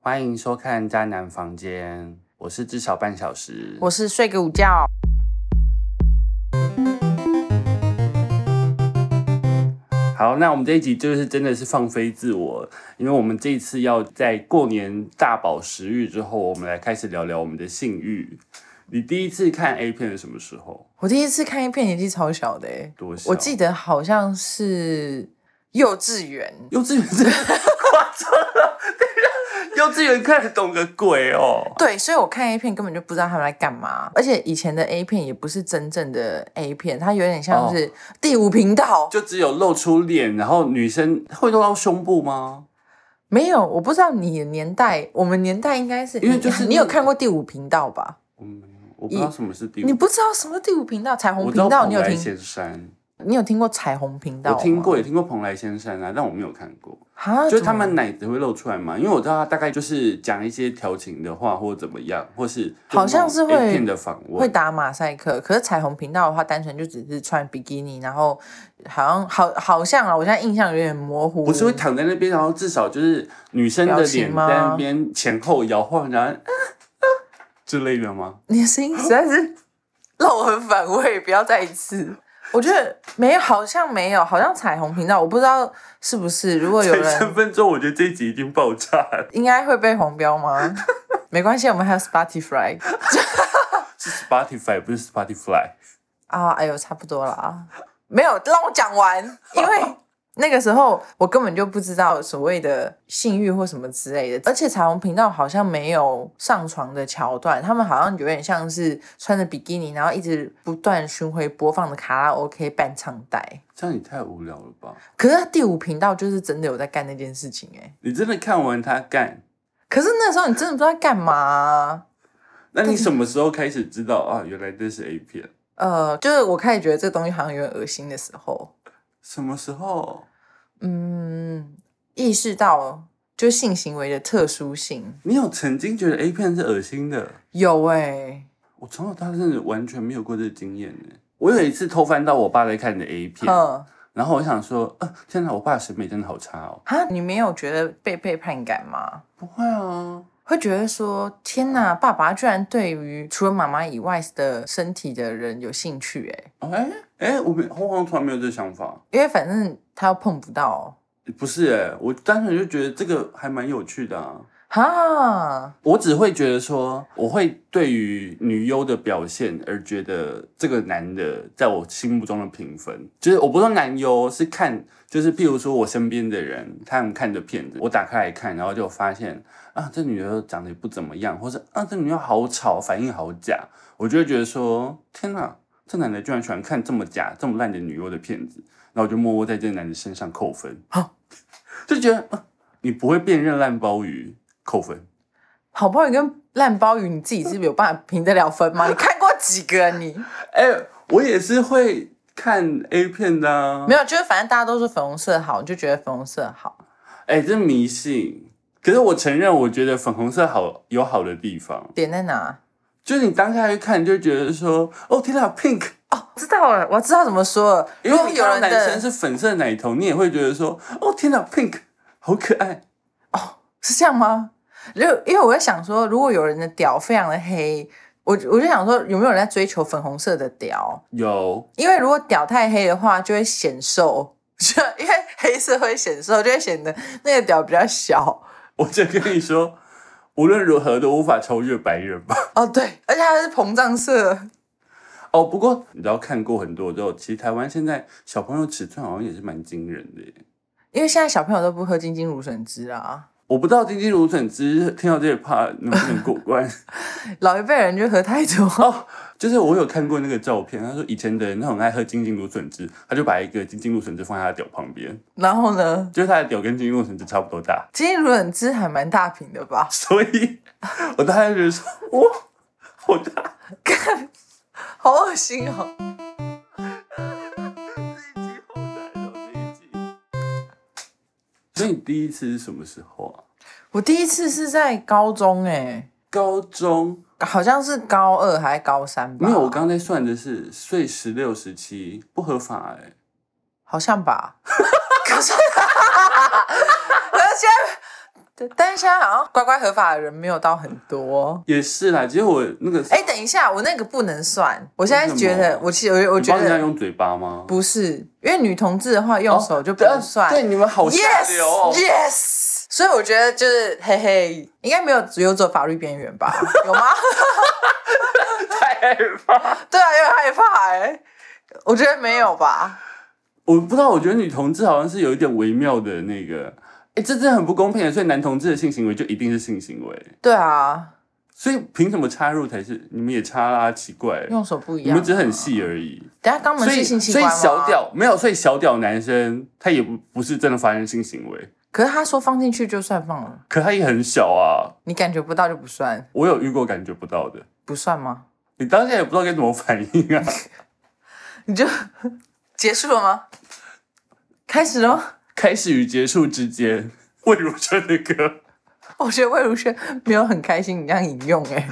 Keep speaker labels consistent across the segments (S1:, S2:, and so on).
S1: 欢迎收看《渣男房间》，我是至少半小时。
S2: 我是睡个午觉。
S1: 好，那我们这一集就是真的是放飞自我，因为我们这一次要在过年大饱食欲之后，我们来开始聊聊我们的性欲。你第一次看 A 片是什么时候？
S2: 我第一次看一片年纪超小的、欸，
S1: 多小？
S2: 我记得好像是幼稚园，
S1: 幼稚园真的 夸张了，等一下，幼稚园看得懂个鬼哦！
S2: 对，所以我看 A 片根本就不知道他们在干嘛，而且以前的 A 片也不是真正的 A 片，它有点像是第五频道，
S1: 哦就只有露出脸，然后女生会露到胸部吗？
S2: 没有，我不知道你的年代，我们年代应该是
S1: 因为就是
S2: 你你有看过第五频道吧？
S1: 嗯，我不知道什么是第五
S2: 你，不知道什么第五频道、彩虹
S1: 我知道
S2: 频道，你有
S1: 蓬莱
S2: 听？
S1: 仙山，
S2: 你有听过彩虹频道
S1: 我
S2: 吗？
S1: 听过，也听过蓬莱仙山啊，但我没有看过。
S2: 哈，
S1: 就是他
S2: 怎么
S1: 们奶子会露出来嘛，因为我知道他大概就是讲一些调情的话，或者怎么样，或是
S2: 好像是会
S1: A 片的访
S2: 会
S1: 问，
S2: 打马赛克，可是彩虹频道的话，单纯就只是穿比基尼，然后好像好好像啊，我现在印象有点模糊。
S1: 不是会躺在那边，然后至少就是女生的
S2: 表情
S1: 脸在
S2: 吗
S1: 那边前后摇晃，然后、啊啊、之类的吗？
S2: 你的声音实在 是让我很反胃，不要再一次。我觉得没有，好像没有，好像彩虹频道，我不知道是不是。如果有
S1: 才三
S2: 人
S1: 分钟，我觉得这一集已经爆炸了。
S2: 应该会被黄标吗？没关系，我们还有 Spotify
S1: 是 Spotify 不是 Spotify，
S2: 啊，哎呦，差不多了啊。没有让我讲完，因为那个时候我根本就不知道所谓的性欲或什么之类的，而且彩虹频道好像没有上床的桥段，他们好像有点像是穿着比基尼，然后一直不断巡回播放的卡拉 OK 伴唱带。
S1: 这样也太无聊了吧？
S2: 可是第五频道就是真的有在干那件事情哎、
S1: 你真的看完他干？
S2: 可是那时候你真的不知道在干嘛啊、
S1: 那你什么时候开始知道啊？原来这是 A 片？
S2: 呃，就是我开始觉得这东西好像有点恶心的时候，
S1: 什么时候？
S2: 嗯，意识到哦就性行为的特殊性。
S1: 你有曾经觉得 A 片是恶心的？
S2: 有哎、
S1: 我从小到大真的完全没有过这个经验呢。我有一次偷翻到我爸在看的 A 片，
S2: 嗯，
S1: 然后我想说，呃，天哪，我爸的审美真的好差哦。
S2: 啊，你没有觉得被背叛感吗？
S1: 不会啊，
S2: 会觉得说，天哪，爸爸居然对于除了妈妈以外的身体的人有兴趣哎、
S1: 哦哎、哎，我没，我好像从来没有这个想法。
S2: 因为反正他又碰不到，哦
S1: 不是哎、我单纯就觉得这个还蛮有趣的啊。
S2: 哈，
S1: 我只会觉得说，我会对于女优的表现而觉得这个男的在我心目中的评分，就是我不是说男优是看，就是譬如说我身边的人他们看的片子，我打开来看，然后就发现啊这女优长得也不怎么样，或是啊这女优好吵，反应好假，我就会觉得说天哪，这男的居然喜欢看这么假、这么烂的女优的片子，然后我就默默在这个男的身上扣分，
S2: 好
S1: 就觉得、啊、你不会辨认烂鲍鱼，扣分。
S2: 好不容易跟烂鲍鱼，你自己是不是有办法评得了分吗？你看过几个啊你？
S1: 哎、我也是会看 A 片的、啊
S2: 没。有，就是反正大家都说粉红色好，你就觉得粉红色好。
S1: 哎、这迷信。可是我承认，我觉得粉红色好有好的地方，
S2: 点在哪？
S1: 就是你当下去看，你就觉得说，哦天哪，pink。
S2: 知道了，我知道怎么说了。
S1: 因为
S2: 如果
S1: 你
S2: 有
S1: 看到男
S2: 人的
S1: 生是粉色奶头，你也会觉得说，哦天哪，pink，好可爱。
S2: 是这样吗？就因为我在想说，如果有人的屌非常的黑，我我就想说，有没有人在追求粉红色的屌？
S1: 有，
S2: 因为如果屌太黑的话，就会显瘦， 就因为黑色会显瘦，就会显得那个屌比较小。
S1: 我就跟你说， 无论如何都无法超越白人吧。
S2: 哦，对，而且它是膨胀色，
S1: 哦，不过你知道看过很多之后，其实台湾现在小朋友尺寸好像也是蛮惊人的耶。
S2: 因为现在小朋友都不喝金金乳笋汁啊，
S1: 我不知道金金芦笋汁听到这里怕能不能过关
S2: 老一辈人就喝太多。
S1: 哦。就是我有看过那个照片，他说以前的人他很爱喝金金芦笋汁，他就把一个金金芦笋汁放在他的屌旁边，
S2: 然后呢，
S1: 就是他的屌跟金金芦笋汁差不多大，
S2: 金金乳笋汁还蛮大瓶的吧？
S1: 所以我当时觉得说哇，好大。
S2: 看，好恶心哦。
S1: 这一集好难哦，这一集。所以你第一次是什么时候啊？
S2: 我第一次是在高中哎、
S1: 高中
S2: 好像是高二还是高三吧？
S1: 没有，我刚才算的是岁十六、十七，不合法哎、
S2: 好像吧。可是，可是现在对，但是现在好像乖乖合法的人没有到很多。
S1: 也是啦。其实我那个，
S2: 哎，等一下，我那个不能算。我现在觉
S1: 为什
S2: 得
S1: 么，
S2: 我其实我我
S1: 你
S2: 觉
S1: 帮人家
S2: 得
S1: 用嘴巴吗？哦
S2: 不是，因为女同志的话用手就不
S1: 对啊
S2: 算。
S1: 对，你们好下
S2: yes
S1: 流哦。
S2: yes，所以我觉得就是嘿嘿，应该没有只有走法律边缘吧？有吗？
S1: 太害怕。
S2: 对啊，有点害怕哎、我觉得没有吧。
S1: 我不知道，我觉得女同志好像是有一点微妙的那个，哎，这真的很不公平的。所以男同志的性行为就一定是性行为，
S2: 对啊，
S1: 所以凭什么插入才是？你们也插啦，奇怪，
S2: 用手不一
S1: 你
S2: 样。
S1: 们只是很细而已。
S2: 等一下肛门
S1: 所以
S2: 是性器
S1: 所以
S2: 官吗？
S1: 小屌没有，所以小屌男生他也不不是真的发生性行为，
S2: 可是他说放进去就算放了，
S1: 可他也很小啊。
S2: 你感觉不到就不算，
S1: 我有遇过感觉不到的，
S2: 不算吗？
S1: 你当下也不知道该怎么反应啊。
S2: 你就 结束了吗？开始了吗？
S1: 开始与结束之间，魏如萱的歌。
S2: 我觉得魏如萱没有很开心，你这样引用哎、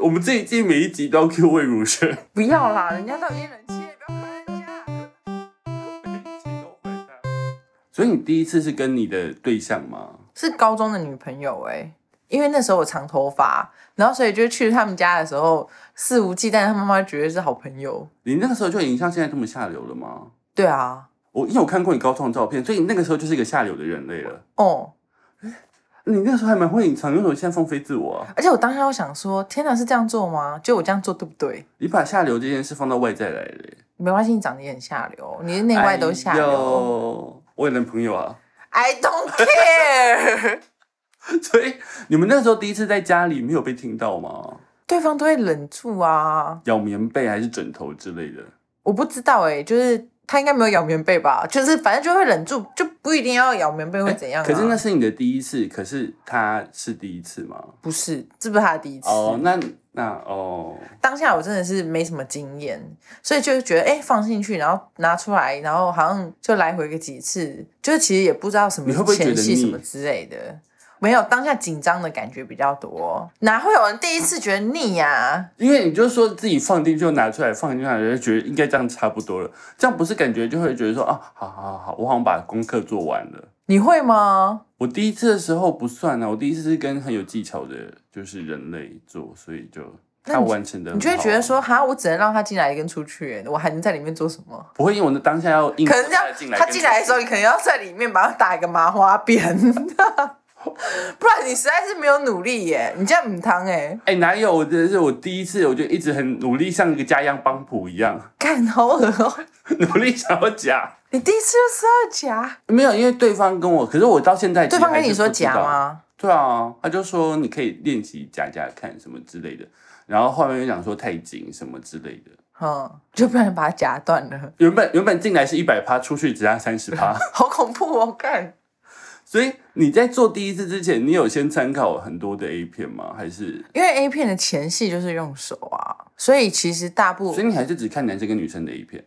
S1: 我们这一季每一集都要 Q 魏如萱，
S2: 不要啦，人家都有人气，不要夸人家。
S1: 每一集都会的。所以你第一次是跟你的对象吗？
S2: 是高中的女朋友哎、因为那时候我长头发，然后所以就去他们家的时候肆无忌惮，他妈妈觉得是好朋友。
S1: 你那个时候就已经像现在这么下流了吗？
S2: 对啊，
S1: 我因为我看过你高中的照片，所以你那个时候就是一个下流的人类了。
S2: 哦，
S1: 你那时候还蛮会隐藏，为什么现在放飞自我啊？
S2: 而且我当时我想说，天哪，是这样做吗？就我这样做对不对？
S1: 你把下流这件事放到外在来了耶，
S2: 没关系，你长得也很下流，你是内外都下
S1: 哎
S2: 流。
S1: 呦。我有男朋友啊，
S2: I don't care，
S1: 所以你们那时候第一次在家里没有被听到吗？
S2: 对方都会忍住啊。
S1: 咬棉被还是枕头之类的？
S2: 我不知道哎、就是他应该没有咬棉被吧？就是反正就会忍住，就不一定要咬棉被会怎样、啊
S1: 哎可是那是你的第一次，可是他是第一次吗？
S2: 不是，这不是他的第一次。
S1: 哦，那那哦，
S2: 当下我真的是没什么经验，所以就觉得哎、诶放进去，然后拿出来，然后好像就来回个几次，就是其实也不知道什么
S1: 你会不会觉得
S2: 前戏
S1: 腻
S2: 什么之类的，没有当下紧张的感觉比较多，哪会有人第一次觉得腻呀、
S1: 因为你就说自己放进去就拿出来，放进去就拿出来，就觉得应该这样差不多了，这样不是感觉就会觉得说啊，好好好好，我好像把功课做完了。
S2: 你会吗？
S1: 我第一次的时候不算啊，我第一次是跟很有技巧的，就是人类做，所以就
S2: 那
S1: 他
S2: 你
S1: 完成的，
S2: 你就会觉得
S1: 嗯
S2: 说哈，我只能让他进来跟出去，欸我还能在里面做什么？
S1: 不会，因为我那当下要应
S2: 可能这样
S1: 他进，来
S2: 他
S1: 跟
S2: 进来的时候，
S1: 出
S2: 你
S1: 去
S2: 可能要在里面把他打一个麻花辫， 不然你实在是没有努力耶，你这样母汤哎，
S1: 哎、哪有？我真的是我第一次，我就一直很努力，像一个家样帮谱一样，
S2: 干好恶哦、
S1: 努力想要夹。
S2: 你第一次就是要夹，
S1: 没有，因为对方跟我，可是我到现在
S2: 对方
S1: 其实还
S2: 跟
S1: 是
S2: 你说
S1: 不知道
S2: 夹？吗？
S1: 对啊，他就说你可以练习夹夹看什么之类的，然后后面又讲说太紧什么之类的。
S2: 嗯，就不然把它夹断了，
S1: 原本原本进来是一百趴，出去只差三十趴，
S2: 好恐怖哦！干，
S1: 所以你在做第一次之前，你有先参考很多的 A 片吗？还是
S2: 因为 A 片的前戏就是用手啊，所以其实大部
S1: 所以你还是只看男生跟女生的 A 片？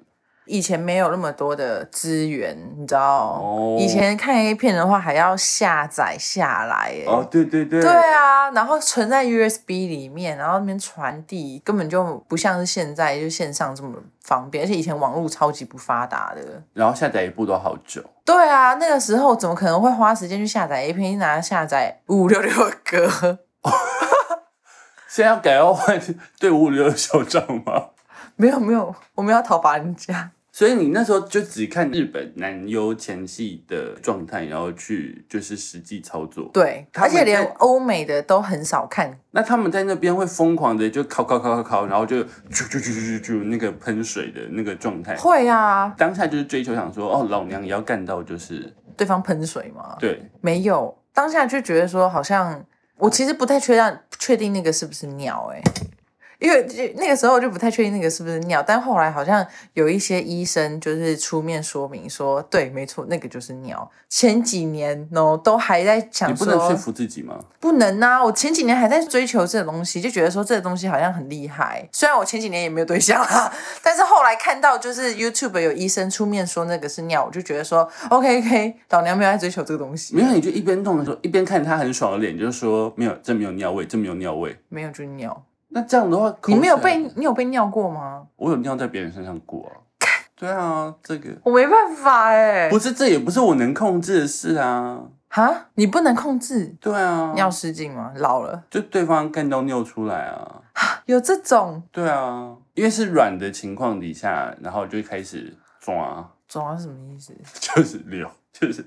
S2: 以前没有那么多的资源，你知道？
S1: 哦
S2: 以前看 A 片的话还要下载下来、欸，
S1: 哦，对对对，
S2: 对啊，然后存在 USB 里面，然后那边传递，根本就不像是现在就线上这么方便，而且以前网络超级不发达的。
S1: 然后下载一部都好久，
S2: 对啊，那个时候怎么可能会花时间去下载 A 片？一拿下载五六六的歌，
S1: 现在要改要换对物流的手账吗？
S2: 没有没有，我们要讨伐人家。
S1: 所以你那时候就只看日本男优前戏的状态，然后去就是实际操作。
S2: 对，
S1: 他
S2: 而
S1: 们
S2: 且连
S1: 在
S2: 欧美的都很少看。
S1: 那他们在那边会疯狂的就烤烤烤烤烤，然后就啾啾啾啾啾啾那个喷水的那个状态。
S2: 会啊，
S1: 当下就是追求想说，哦，老娘也要干到，就是
S2: 对方喷水嘛？
S1: 对，
S2: 没有，当下就觉得说好像我其实不太确定确定那个是不是尿哎、欸因为就那个时候我就不太确定那个是不是尿，但后来好像有一些医生就是出面说明说，对，没错，那个就是尿。前几年哦，都还在
S1: 你
S2: 想
S1: 不
S2: 说
S1: 能说服自己吗？
S2: 不能啊！我前几年还在追求这个东西，就觉得说这个东西好像很厉害。虽然我前几年也没有对象啦，但是后来看到就是 YouTube 有医生出面说那个是尿，我就觉得说 OK OK，老 娘没有在追求这个东西，
S1: 没有，你就一边弄的时候，一边看他很爽的脸，就是说没有，这没有尿味，这没有尿味。
S2: 没有就是尿。
S1: 那这样的话，
S2: 你没有
S1: 口水啊
S2: 被你有被尿过吗？
S1: 我有尿在别人身上过、啊，对啊，这个
S2: 我没办法哎、
S1: 不是，这也不是我能控制的事啊。
S2: 哈，你不能控制
S1: 对啊，
S2: 尿失禁吗？老了
S1: 就对方干到尿出来啊。
S2: 有这种，
S1: 对啊，因为是软的情况底下，然后就开始抓，
S2: 总是什么意思？
S1: 就是流，就是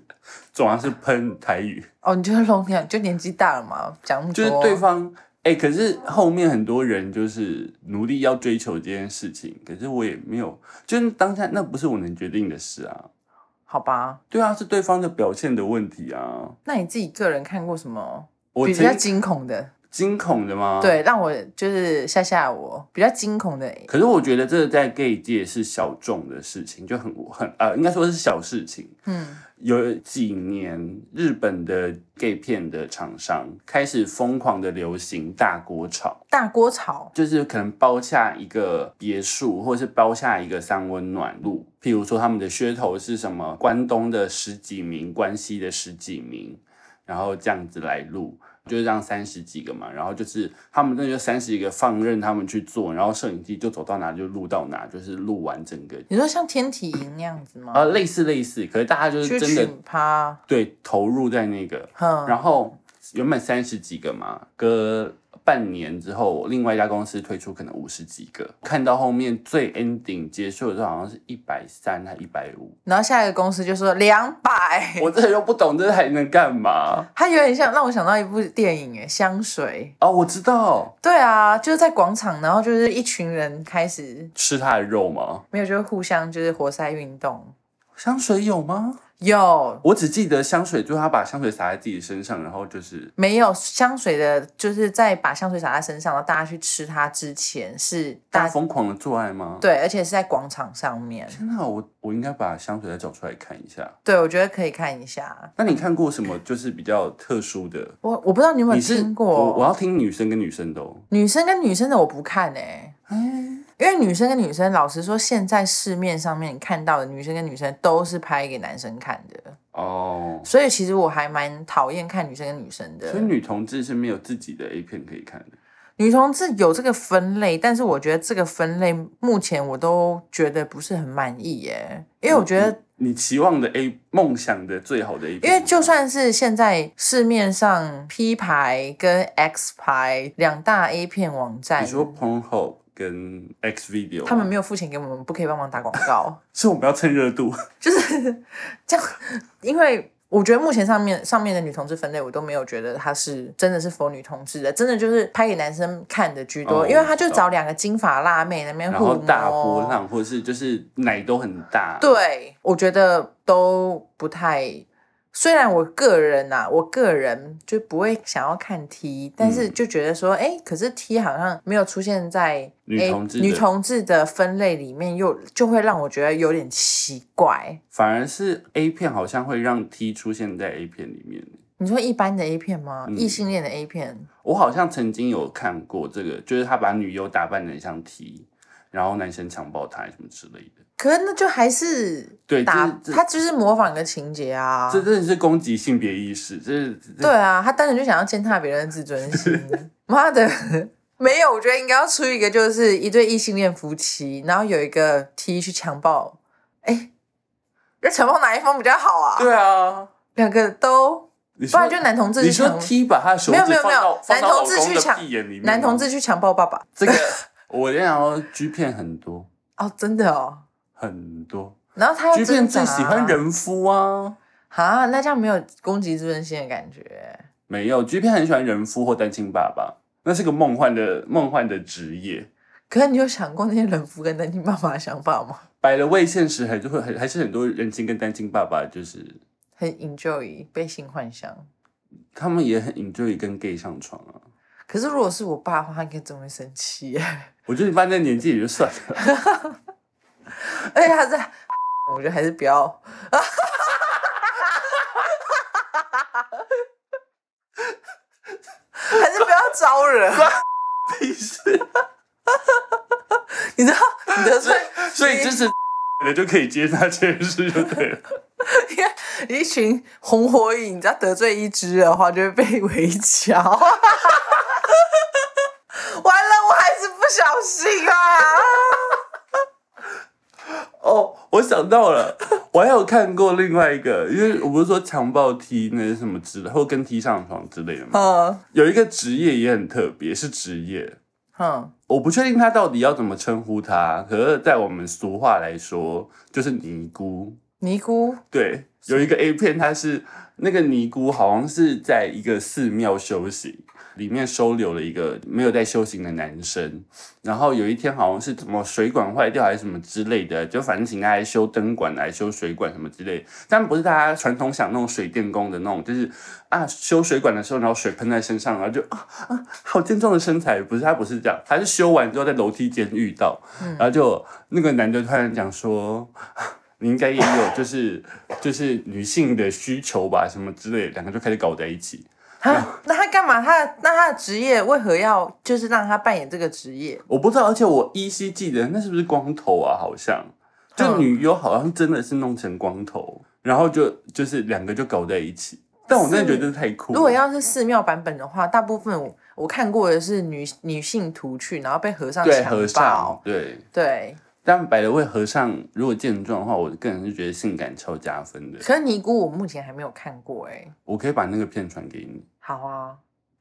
S1: 抓是喷台语，
S2: 哦，你就是聋掉，就年纪大了嘛，讲那么
S1: 就是
S2: 多，
S1: 对方。哎、可是后面很多人就是努力要追求这件事情，可是我也没有，就是当下那不是我能决定的事啊。
S2: 好吧？
S1: 对啊，是对方的表现的问题啊。
S2: 那你自己个人看过什么
S1: 我
S2: 比较
S1: 曾
S2: 惊恐的？
S1: 惊恐的吗？。
S2: 对，让我就是吓吓我，比较惊恐的
S1: 可是我觉得这在 gay 界是小众的事情，就很很呃，应该说是小事情。
S2: 嗯，
S1: 有几年，日本的 gay 片的厂商开始疯狂的流行大锅炒，
S2: 大锅炒，
S1: 就是可能包下一个别墅，或是包下一个三温暖路。譬如说，他们的噱头是什么？关东的十几名，关西的十几名，然后这样子来录，就是让三十几个嘛，然后就是他们那就三十几个放任他们去做，然后摄影机就走到哪就录到哪，就是录完整个。
S2: 你说像天体营那样子吗？
S1: 呃，类似类似，可是大家就是
S2: 去
S1: 真的
S2: 群趴，
S1: 对投入在那个，
S2: 哼，
S1: 然后原本三十几个嘛，隔半年之后，另外一家公司推出可能五十几个，看到后面最 ending 结束的时候，好像是一百三还一百五，
S2: 然后下一个公司就说两百，
S1: 我这又不懂，这还能干嘛？
S2: 它有点像让我想到一部电影诶，香水。
S1: 哦，我知道，
S2: 对啊，就是在广场，然后就是一群人开始
S1: 吃它的肉吗？
S2: 没有，就是互相就是活塞运动。
S1: 香水有吗？
S2: 有
S1: 我只记得香水，就是他把香水洒在自己身上，然后就是
S2: 没有香水的，就是在把香水洒在身上，然后大家去吃它之前是
S1: 大家
S2: 大
S1: 疯狂的做爱吗？
S2: 对，而且是在广场上面。
S1: 天哪，我我应该把香水再找出来看一下。
S2: 对，我觉得可以看一下。
S1: 那你看过什么就是比较特殊的？
S2: 我我不知道你有没有
S1: 你是
S2: 听
S1: 我我
S2: 过，
S1: 要听女生跟女生的、哦。
S2: 女生跟女生的我不看哎、
S1: 哎，
S2: 因为女生跟女生，老实说，现在市面上面你看到的女生跟女生都是拍给男生看的，
S1: 哦，
S2: 所以其实我还蛮讨厌看女生跟女生的。
S1: 所以女同志是没有自己的 A 片可以看的。
S2: 女同志有这个分类，但是我觉得这个分类目前我都觉得不是很满意耶，因为我觉得，
S1: 你期望的 A 梦想的最好的 A
S2: 因
S1: 片，
S2: 为就算是现在市面上 P 牌跟 X 牌两大 A 片网站
S1: 你，说 Pornhub 跟 X Video，啊
S2: 他们没有付钱给我们，不可以帮忙打广告，
S1: 是我们要趁热度。
S2: 就是这样，因为。我觉得目前上面上面的女同志分类，我都没有觉得她是真的是否女同志的，真的就是拍给男生看的居多，
S1: 哦
S2: 因为他就
S1: 我知道
S2: 找两个金发辣妹那边
S1: 然
S2: 互摸
S1: 后大波浪，或者是就是奶都很大，，
S2: 对，我觉得都不太。虽然我个人呐、啊，我个人就不会想要看 T，但
S1: 嗯
S2: 是就觉得说，哎、可是 T 好像没有出现在
S1: 女
S2: A-
S1: 同志的
S2: 女同志的分类里面又，就会让我觉得有点奇怪。
S1: 反而是 A 片好像会让 T 出现在 A 片里面。
S2: 你说一般的 A 片吗？
S1: 嗯
S2: 异性恋的 A 片，
S1: 我好像曾经有看过这个，就是他把女优打扮的像 T，然后男生强暴她什么之类的。
S2: 可是那就还是
S1: 对，这
S2: 打，
S1: 这
S2: 他就是模仿一个情节啊。
S1: 这真的是攻击性别意识，这是这
S2: 对啊，他单纯就想要践踏别人的自尊 心。妈的， 没有，我觉得应该要出一个，就是一对异性恋夫妻，然后有一个 T 去强暴，哎，要强暴哪一方比较好啊？
S1: 对啊，
S2: 两个都，
S1: 你说
S2: 不然就男同志
S1: 你
S2: 去
S1: 说
S2: 强，
S1: T 把他的手指
S2: 没有没有
S1: 放到
S2: 没有
S1: 放到
S2: 男
S1: 老
S2: 同志
S1: 公
S2: 去
S1: 的
S2: 抢
S1: 屁眼里面吗，
S2: 男同志去强暴爸爸。
S1: 这个我跟你讲哦，G 片很多
S2: 哦，真的哦。
S1: 很多
S2: 然后他要
S1: ，G 片最
S2: 挣扎啊
S1: 喜欢人夫啊，
S2: 啊，那这样没有攻击自尊心的感觉。
S1: 没有 G 片很喜欢人夫或单亲爸爸，那是个梦幻的梦幻的职业。
S2: 可是你有想过那些人夫跟单亲爸爸的想法吗？
S1: 摆了位现实，还就会很还是很多人亲跟单亲爸爸，就是
S2: 很 enjoy 被性幻想。
S1: 他们也很 enjoy 跟 gay 上床啊。
S2: 可是如果是我爸的话，他应该真会生气耶。
S1: 我觉得你爸那年纪也就算了，
S2: 而且他在，我觉得还是不要。还是不要招惹，
S1: 屁事
S2: 你知道你得罪
S1: 所以支持的就可以接纳这件事就对了。
S2: 一群红火影，你知道得罪一只的话就会被围剿。 完了，我还是不小心啊！
S1: 哦，我想到了，我还有看过另外一个，因为我不是说强暴踢那些什么之类，或跟踢上床之类的嘛。
S2: 嗯
S1: 有一个职业也很特别，是职业，
S2: 哼，
S1: 我不确定他到底要怎么称呼他，可是在我们俗话来说，就是尼姑。
S2: 尼姑
S1: 对，有一个 A 片，它是哦那个尼姑好像是在一个寺庙修行，里面收留了一个没有在修行的男生。然后有一天好像是什么水管坏掉还是什么之类的，就反正请他来修灯管、来修水管什么之类的但不是大家传统想那种水电工的那种，就是啊修水管的时候，然后水喷在身上，然后就啊啊好健壮的身材，不是他不是这样，他是修完之后在楼梯间遇到，然后就啊那个男的突然讲说。你应该也有，就是 就是女性的需求吧，什么之类的，两个就开始搞在一起。嗯
S2: 哈，啊那他干嘛？他那他的职业为何要就是让他扮演这个职业？
S1: 我不知道，而且我依稀记得那是不是光头啊？好像就
S2: 嗯
S1: 女优好像真的是弄成光头，然后就就是两个就搞在一起。但我真的觉得太酷了。
S2: 如果要是寺庙版本的话，大部分我我看过的是女女性徒去，然后被和尚
S1: 对
S2: 强
S1: 和尚
S2: 暴，，
S1: 对，
S2: 对。
S1: 但百的位和尚如果健壮的话，我个人是觉得性感超加分的。
S2: 可是尼姑我目前还没有看过哎、
S1: 我可以把那个片传给你。
S2: 好啊，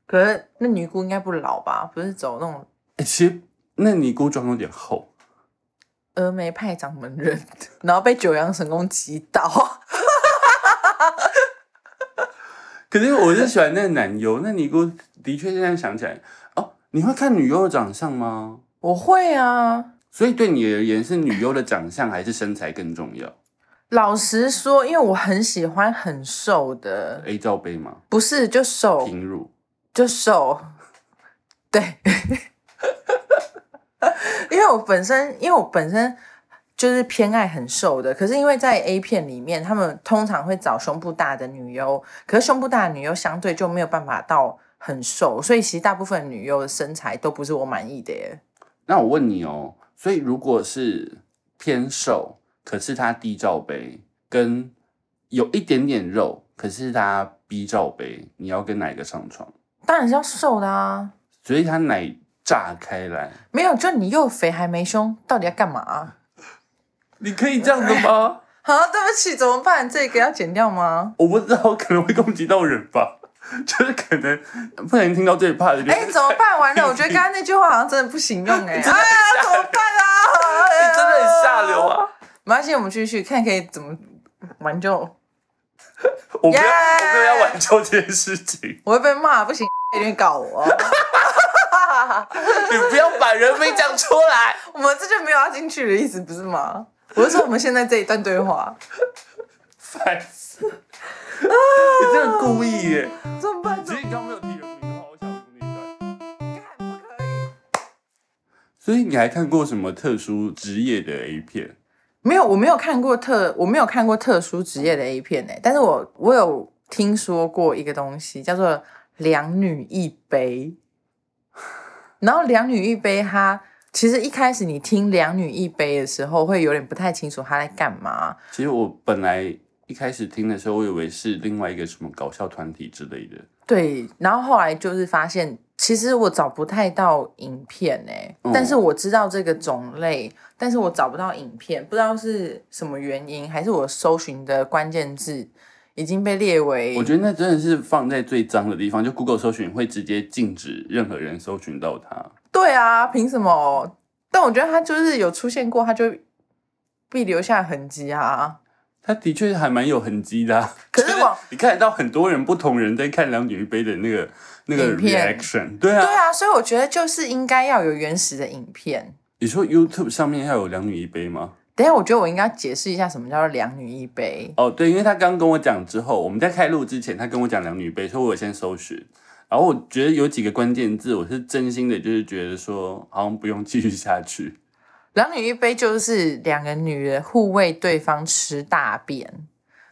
S2: 可是那尼姑应该不老吧？不是走那种
S1: 哎、其实那尼姑装有点厚。
S2: 峨眉派掌门人， 然后被九阳神功击倒。
S1: 可是我是喜欢那个男优，那尼姑的确现在想起来，哦，你会看女优的长相吗？
S2: 我会啊，
S1: 所以对你而言，是女优的长相还是身材更重要
S2: 老实说，因为我很喜欢很瘦的，
S1: ？A 罩杯吗？
S2: 不是就瘦
S1: 平乳？
S2: 就瘦，对， 因为我本身因为我本身就是偏爱很瘦的，可是因为在 A 片里面，他们通常会找胸部大的女优，可是胸部大的女优相对就没有办法到很瘦，所以其实大部分女优的身材都不是我满意的耶。
S1: 那我问你哦，所以如果是偏瘦，可是她 D 罩杯跟有一点点肉，可是她 B 罩杯，你要跟哪一个上床？
S2: 当然是要瘦的啊，
S1: 所以她奶炸开来，
S2: 没有就你又肥还没胸，到底要干嘛、啊？
S1: 你可以这样的吗？
S2: 好，对不起，怎么办？这个要剪掉吗？
S1: 我不知道，可能会攻击到人吧， 就是可能不小心听到这一 part 的，就
S2: 哎、
S1: 是
S2: 怎么办？完了，我觉得刚刚那句话好像真的不行 用哎、哎呀，怎么办啊？哎呀
S1: 你真的很下流！啊！
S2: 没关系，我们继续看可以怎么挽救。
S1: 我不要
S2: Yeah
S1: 我没有要挽救这件事 情，
S2: 我会被骂，不行，有点搞我。哦
S1: 你不要把人名讲出 来。
S2: 我们这就没有要进去的意思，不是吗？我是说我们现在这一段对话，
S1: 烦死！
S2: 啊
S1: 你真的故意耶！
S2: 怎么办？怎
S1: 其
S2: 么
S1: 实你刚刚没有提人名的话，我想用那一段。
S2: 办？不可以。
S1: 所以你还看过什么特殊职业的 A 片？
S2: 没有，我没有看过特，我没有看过特殊职业的 A 片哎、但是我我有听说过一个东西叫做“两女一杯”，然后“两女一杯”它其实一开始你听“两女一杯”的时候会有点不太清楚它在干嘛，
S1: 其实我本来一开始听的时候，我以为是另外一个什么搞笑团体之类的。
S2: 对，然后后来就是发现，其实我找不太到影片哎、
S1: 嗯
S2: 但是我知道这个种类，但是我找不到影片，不知道是什么原因，还是我搜寻的关键字已经被列为
S1: 我觉得那真的是放在最脏的地方，就 Google 搜寻会直接禁止任何人搜寻到它。
S2: 对啊，凭什么？但我觉得他就是有出现过，他就必留下痕迹啊。
S1: 它的确还蛮有痕迹的啊、
S2: 可是我
S1: 就你看得到很多人不同人在看两女一杯的那个那个
S2: 影片
S1: reaction，对啊，
S2: 对啊，所以我觉得就是应该要有原始的影片。
S1: 你说 YouTube 上面要有两女一杯吗？
S2: 等一下，我觉得我应该解释一下什么叫做两女一杯。
S1: 哦，对，因为他刚跟我讲之后，我们在开录之前，他跟我讲两女一杯，所以我有先搜寻。然后我觉得有几个关键字，我是真心的，就是觉得说好像不用继续下去。
S2: 两女一杯就是两个女人互喂对方吃大便，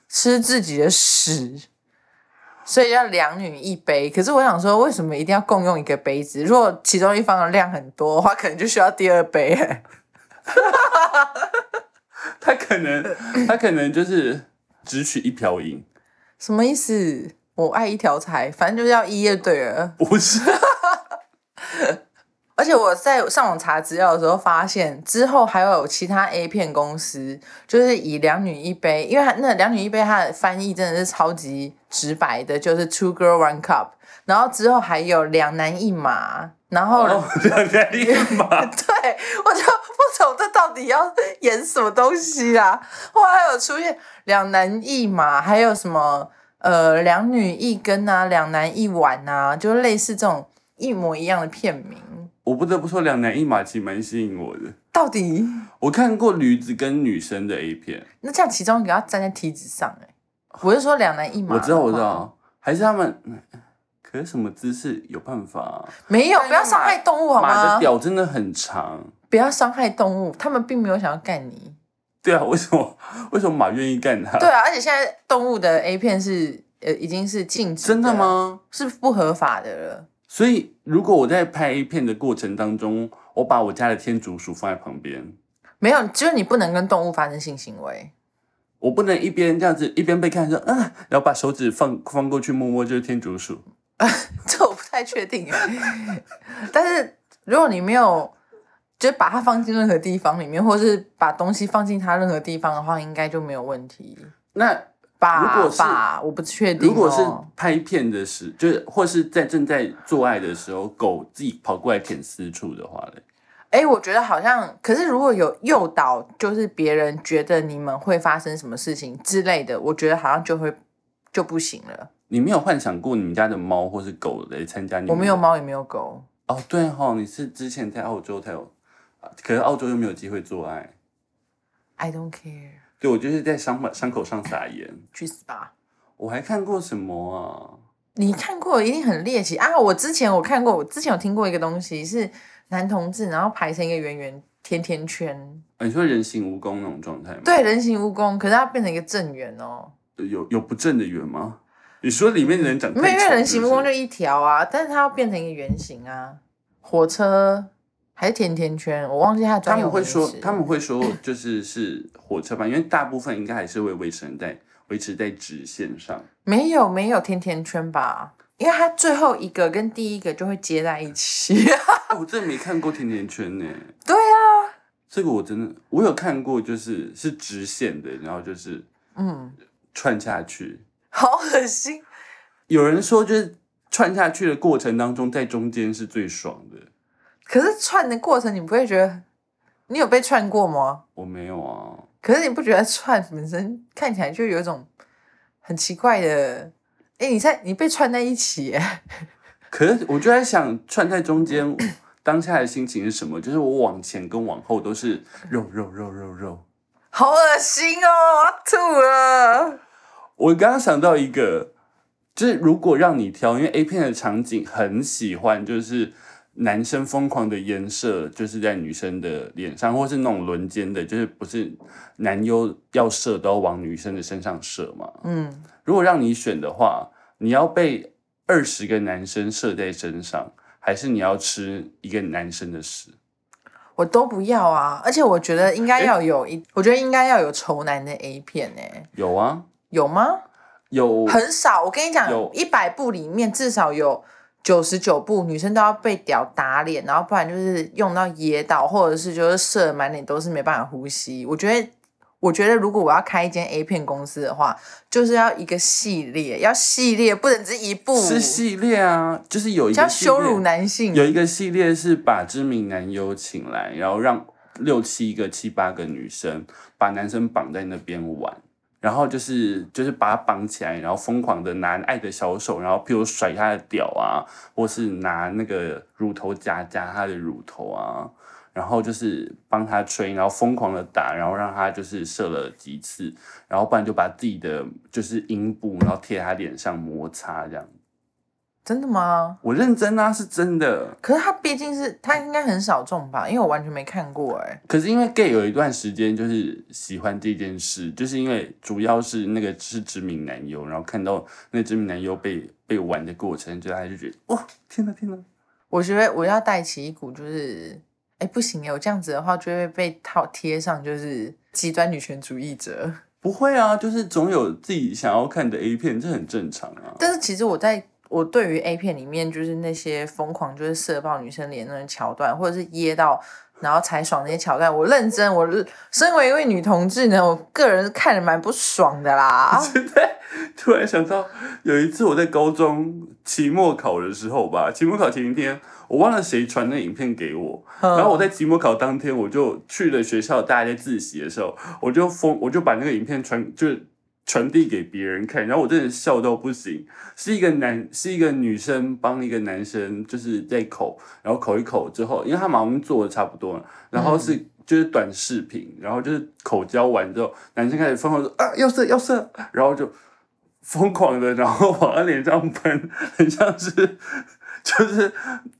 S2: 吃自己的屎，所以叫两女一杯。可是我想说，为什么一定要共用一个杯子？如果其中一方的量很多的话，可能就需要第二杯、
S1: 他可能，他可能就是只取一瓢饮，
S2: 什么意思？我爱一条财，反正就是要一夜对了。
S1: 不是？
S2: 而且我在上网查资料的时候发现，之后还有其他 A 片公司，就是以两女一杯，因为它那两女一杯它的翻译真的是超级直白的，就是 two girl one cup，然后之后还有两男一马，然后、
S1: 哦，两男一 马，
S2: 对我就不懂这到底要演什么东西啊！后来还有出现两男一马，还有什么呃两女一根啊，两男一碗啊，就类似这种一模一样的片名，
S1: 我不得不说，两男一马其实蛮吸引我的。
S2: 到底
S1: 我看过驴子跟女生的 A 片，
S2: 那这样其中一个要站在梯子上哎、我是说两男一马，
S1: 我知道，我知，道，还是他们，嗯可是什么姿势有办法啊、
S2: 没有不要伤害动物好
S1: 马的
S2: 吗？
S1: 屌真的很长。
S2: 不要伤害动物，他们并没有想要干你。
S1: 对啊，为什么为什么马愿意干他？
S2: 对啊，而且现在动物的 A 片是呃已经是禁止，
S1: 真的？吗？
S2: 是不合法的了。
S1: 所以如果我在拍 A 片的过程当中，我把我家的天竺鼠放在旁边，
S2: 没有，就是你不能跟动物发生性行为。
S1: 我不能一边这样子一边被看说啊，然后把手指放放过去摸摸就是天竺鼠。
S2: 这我不太确定欸，但是如果你没有，就是把它放进任何地方里面，或是把东西放进它任何地方的话，应该就没有问题
S1: 那
S2: 吧？
S1: 如果是
S2: 吧，我不确定、哦。
S1: 如果是拍片的时，就是或是在正在做爱的时候，狗自己跑过来舔私处的话嘞，
S2: 哎、我觉得好像，可是如果有诱导，就是别人觉得你们会发生什么事情之类的，我觉得好像就会就不行了。
S1: 你没有幻想过你们家的猫或是狗来参加你们？
S2: 我没有。猫也没有狗，
S1: 哦，对哦，你是之前在澳洲才有，啊可是澳洲又没有机会做爱。
S2: ，I don't care，
S1: 对，我就是在伤口伤口上撒盐。
S2: 去死吧！
S1: 我还看过什么啊？
S2: 你看过一定很猎奇啊！我之前我看过，我之前有听过一个东西是男同志，然后排成一个圆圆甜甜圈，
S1: 啊你说人形蜈蚣那种状态吗？
S2: 对，人形蜈蚣，可是它变成一个正圆哦。
S1: 对，有有不正的圆吗？你说里面的人长太
S2: 没有，因为
S1: 丑
S2: 人形蜈蚣
S1: 是
S2: 就一条啊，但是它要变成一个圆形啊。火车还是甜甜圈，我忘记它的
S1: 不是他
S2: 专有
S1: 们会
S2: 名词
S1: 说，他们会说，就是是火车吧，因为大部分应该还是会维持在维持在直线上。
S2: 没有没有甜甜圈吧？因为它最后一个跟第一个就会接在一起。
S1: 哎我真的没看过甜甜圈呢，
S2: 对啊，
S1: 这个我真的我有看过，就是是直线的，然后就是
S2: 嗯，
S1: 串下去。
S2: 好恶心。
S1: 有人说，就是串下去的过程当中，在中间是最爽的。
S2: 可是串的过程，你不会觉得你有被串过吗？
S1: 我没有啊，
S2: 可是你不觉得串本身看起来就有一种很奇怪的？哎、你在你被串在一起耶，
S1: 可是我就在想，串在中间 当下的心情是什么？就是我往前跟往后都是肉肉肉肉肉。
S2: 好恶心哦，我要吐了。
S1: 我刚刚想到一个，就是如果让你挑，因为 A 片的场景很喜欢，就是男生疯狂的颜射，就是在女生的脸上，或是那种轮奸的，就是不是男优要射都要往女生的身上射嘛？
S2: 嗯，
S1: 如果让你选的话，你要被二十个男生射在身上，还是你要吃一个男生的屎？
S2: 我都不要啊，而且我觉得应该要有一，我觉得应该要有仇男的 A 片哎、
S1: 有啊，
S2: 有吗？
S1: 有
S2: 很少，我跟你讲
S1: 有，
S2: 一百部里面至少有九十九部女生都要被屌打脸，然后不然就是用到噎到，或者是就是射得满脸都是没办法呼吸。我觉得，我觉得如果我要开一间 A 片公司的话，就是要一个系列，要系列，不能只一部，
S1: 是系列啊，就是有一
S2: 要
S1: 个系列
S2: 羞辱男性。
S1: 有一个系列是把知名男优请来，然后让六七个、七八个女生把男生绑在那边玩，然后就是就是把他绑起来，然后疯狂的拿爱的小手，然后譬如甩他的屌啊，或是拿那个乳头夹夹他的乳头啊，然后就是帮他吹，然后疯狂的打，然后让他就是射了几次，然后不然就把自己的就是阴部，然后贴他脸上摩擦这样。
S2: 真的吗？
S1: 我认真啊，是真的。
S2: 可是他毕竟是他应该很少中吧，因为我完全没看过哎、
S1: 可是因为 gay 有一段时间就是喜欢这件事，就是因为主要是那个是知名男优，然后看到那知名男优被被玩的过程，就他就觉得哇，天哪天哪！
S2: 我觉得我要带起一股就是，哎，不行哎，我这样子的话就会被套贴上就是极端女权主义者。
S1: 不会啊，就是总有自己想要看的 A 片，这很正常啊。
S2: 但是其实我在我对于 A 片里面就是那些疯狂就是射爆女生脸那种桥段，或者是噎到然后才爽那些桥段，我认真，我身为一位女同志呢，我个人看着蛮不爽 的啦。
S1: 突然想到，有一次我在高中期末考的时候吧，期末考前一天，我忘了谁传那影片给我，
S2: 嗯
S1: 然后我在期末考当天，我就去了学校，大家在自习的时候，我就疯，我就把那个影片传，就是传递给别人看，然后我真的笑到不行。是一个男，是一个女生帮一个男生，就是在口，然后口一口之后，因为他马上做的差不多了，然后是。就是短视频，然后就是口交完之后，男生开始疯狂说啊要射要射，然后就疯狂的，然后往他脸上喷，很像是 就是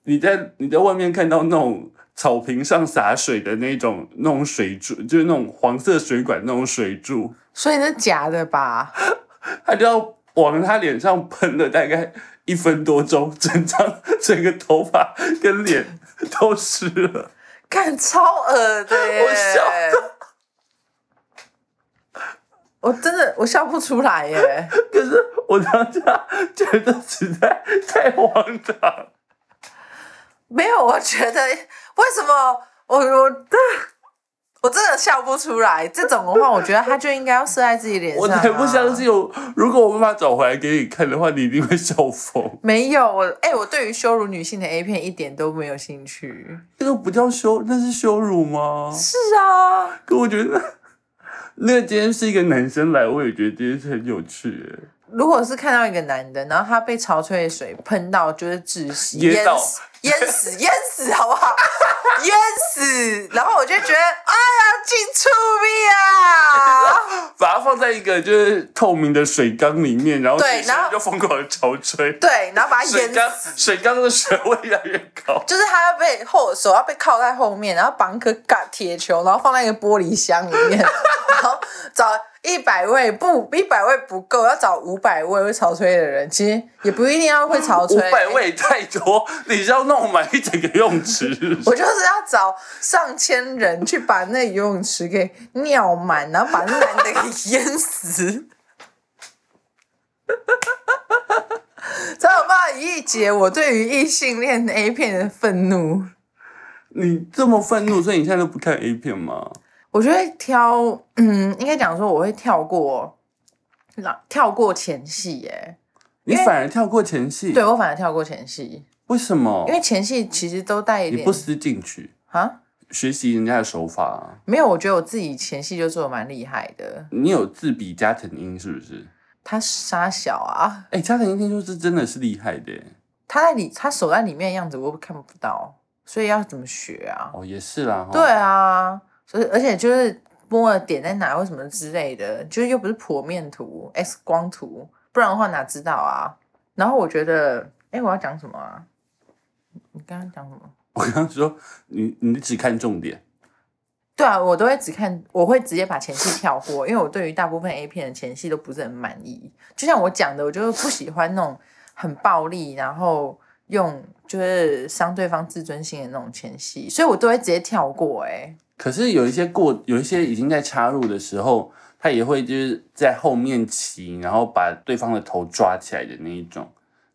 S1: 你在你在外面看到那种草坪上洒水的那种那种水柱，就是那种黄色水管那种水柱，
S2: 所以那假的吧？
S1: 他就要往他脸上喷了大概一分多钟，整张整个头发跟脸都湿了，
S2: 看超恶的耶！
S1: 我笑
S2: 我真的我笑不出来耶。
S1: 可是我当下觉得实在太荒唐。
S2: 没有，我觉得为什么我我 的我真的笑不出来。这种的话，我觉得他就应该要射在自己脸上、
S1: 我
S2: 啊。
S1: 才不相！信我，如果我办法找回来给你看的话，你一定会笑疯。
S2: 没有我，哎、我对于羞辱女性的 A 片一点都没有兴趣。
S1: 那个不叫羞，那是羞辱吗？
S2: 是啊，
S1: 可我觉得， 那今天是一个男生来，我也觉得这件事很有趣耶。
S2: 如果是看到一个男的，然后他被潮吹的水喷到，就是窒息，
S1: 噎
S2: 淹
S1: 到
S2: 死，淹死， 淹死，好不好？淹死，然后我就觉得，哎呀，进出命啊！
S1: 把它放在一个就是透明的水缸里面，然后
S2: 对
S1: 女生
S2: 然后
S1: 就疯狂的潮吹，
S2: 对，然后把他
S1: 水
S2: 淹
S1: 缸
S2: 死。
S1: 水缸的水位越来越高。
S2: 就是他要被后手要被铐在后面，然后绑一颗嘎铁球，然后放在一个玻璃箱里 面，然后找一百位不一百位不够，要找五百位会潮吹的人，其实也不一定要会潮吹。
S1: 五百位也太多，你是要弄满一整个泳池。
S2: 我就是要找上千人去把那游泳池给尿满，然后把那男的给淹 死，才有办法一解我对于异性恋 A 片的愤怒。
S1: 你这么愤怒，所以你现在都不看 A 片吗？
S2: 我就会挑，嗯，应该讲说我会跳过，那跳过前戏耶。
S1: 你反而跳过前戏，
S2: 对，我反而跳过前戏，
S1: 为什么
S2: 因？为前戏其实都带一
S1: 你
S2: 点
S1: 不思进取，
S2: 啊，
S1: 学习人家的手法啊、
S2: 没有，我觉得我自己前戏就做的蛮厉害的。
S1: 你有自比加藤鹰是不是？
S2: 他杀小啊，
S1: 哎、加藤鹰听说是真的是厉害的耶
S2: 他在里他手在里面的样子我看不到，所以要怎么学啊？
S1: 哦，也是啦。齁
S2: 对，啊，所以而且就是摸的点在哪或什么之类的，就是又不是剖面图、X 光图，不然的话哪知道啊？然后我觉得，哎、我要讲什么啊？你刚刚讲什么？
S1: 我刚刚说你你只看重点，
S2: 对啊，我都会只看，我会直接把前戏跳过，因为我对于大部分 A 片的前戏都不是很满意。就像我讲的，我就是不喜欢那种很暴力，然后用就是伤对方自尊心的那种前戏，所以我都会直接跳过、哎，
S1: 可是有一些过有一些已经在插入的时候，他也会就是在后面骑，然后把对方的头抓起来的那一种，